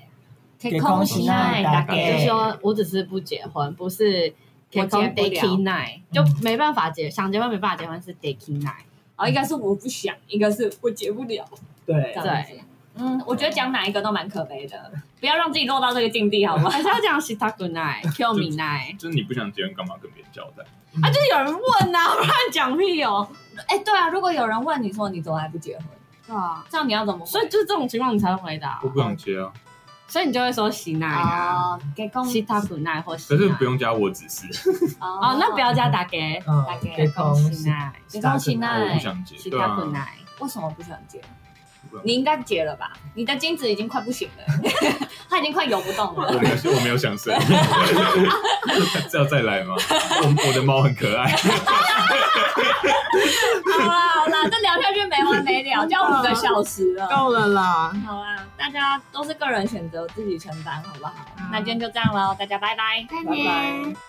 [SPEAKER 1] 可
[SPEAKER 2] 以恭喜那一大
[SPEAKER 1] 概
[SPEAKER 2] 对
[SPEAKER 5] 就说我只是不结婚，不是 k
[SPEAKER 1] 我
[SPEAKER 5] e
[SPEAKER 1] 结
[SPEAKER 5] k o n
[SPEAKER 1] 不
[SPEAKER 5] d a
[SPEAKER 1] 了
[SPEAKER 5] k i n a i 就没办法结，想结婚没办法结婚是 d a k i n a i
[SPEAKER 1] 哦，一个是我不想，一个是我解不了。
[SPEAKER 2] 对
[SPEAKER 1] 这，样子，嗯，我觉得讲哪一个都蛮可悲的，不要让自己落到这个境地， 好吗？
[SPEAKER 5] 还是要讲 shitaku nai kill me nai
[SPEAKER 4] 就是你不想结婚，干嘛跟别人交代？
[SPEAKER 5] 啊？就是有人问呐、啊， 不然讲屁哦。
[SPEAKER 1] 哎，对啊，如果有人问你说你怎么还不结婚，
[SPEAKER 5] 对啊，
[SPEAKER 1] 这样你要怎么回？
[SPEAKER 5] 所以就是这种情况你才会回答
[SPEAKER 4] 我，不想结啊，
[SPEAKER 5] 所以你就会说喜奈啊、
[SPEAKER 1] 啊，给公
[SPEAKER 5] 西塔普奈或喜
[SPEAKER 4] 可
[SPEAKER 5] 奈。
[SPEAKER 4] 是不用加啊我只是，
[SPEAKER 1] 哦
[SPEAKER 5] 哦，那不要加打给
[SPEAKER 2] 嗯
[SPEAKER 1] 大概，啊
[SPEAKER 2] 给
[SPEAKER 5] 恭
[SPEAKER 2] 恭
[SPEAKER 5] 喜
[SPEAKER 2] 喜，
[SPEAKER 5] 奈，
[SPEAKER 1] 给恭喜
[SPEAKER 4] 我不
[SPEAKER 1] 奈，
[SPEAKER 4] 想结，
[SPEAKER 5] 西
[SPEAKER 4] 对
[SPEAKER 5] 塔
[SPEAKER 4] 啊，
[SPEAKER 5] 普奈。
[SPEAKER 1] 为什么不想结？
[SPEAKER 4] 不想
[SPEAKER 1] 你应该结了吧？你的精子已经快不行了， 它已经快游不动了。
[SPEAKER 4] 我没有，我没有想生， 这要再来吗？我我的猫很可爱，
[SPEAKER 1] 好啦好啦，这聊下去没完没了，就要五个小时了。
[SPEAKER 5] 够了啦，
[SPEAKER 1] 好啦，大家都是个人选择，自己承担，好不好？
[SPEAKER 5] 嗯
[SPEAKER 1] 那今天就这样喽，大家拜拜，拜
[SPEAKER 2] 拜拜。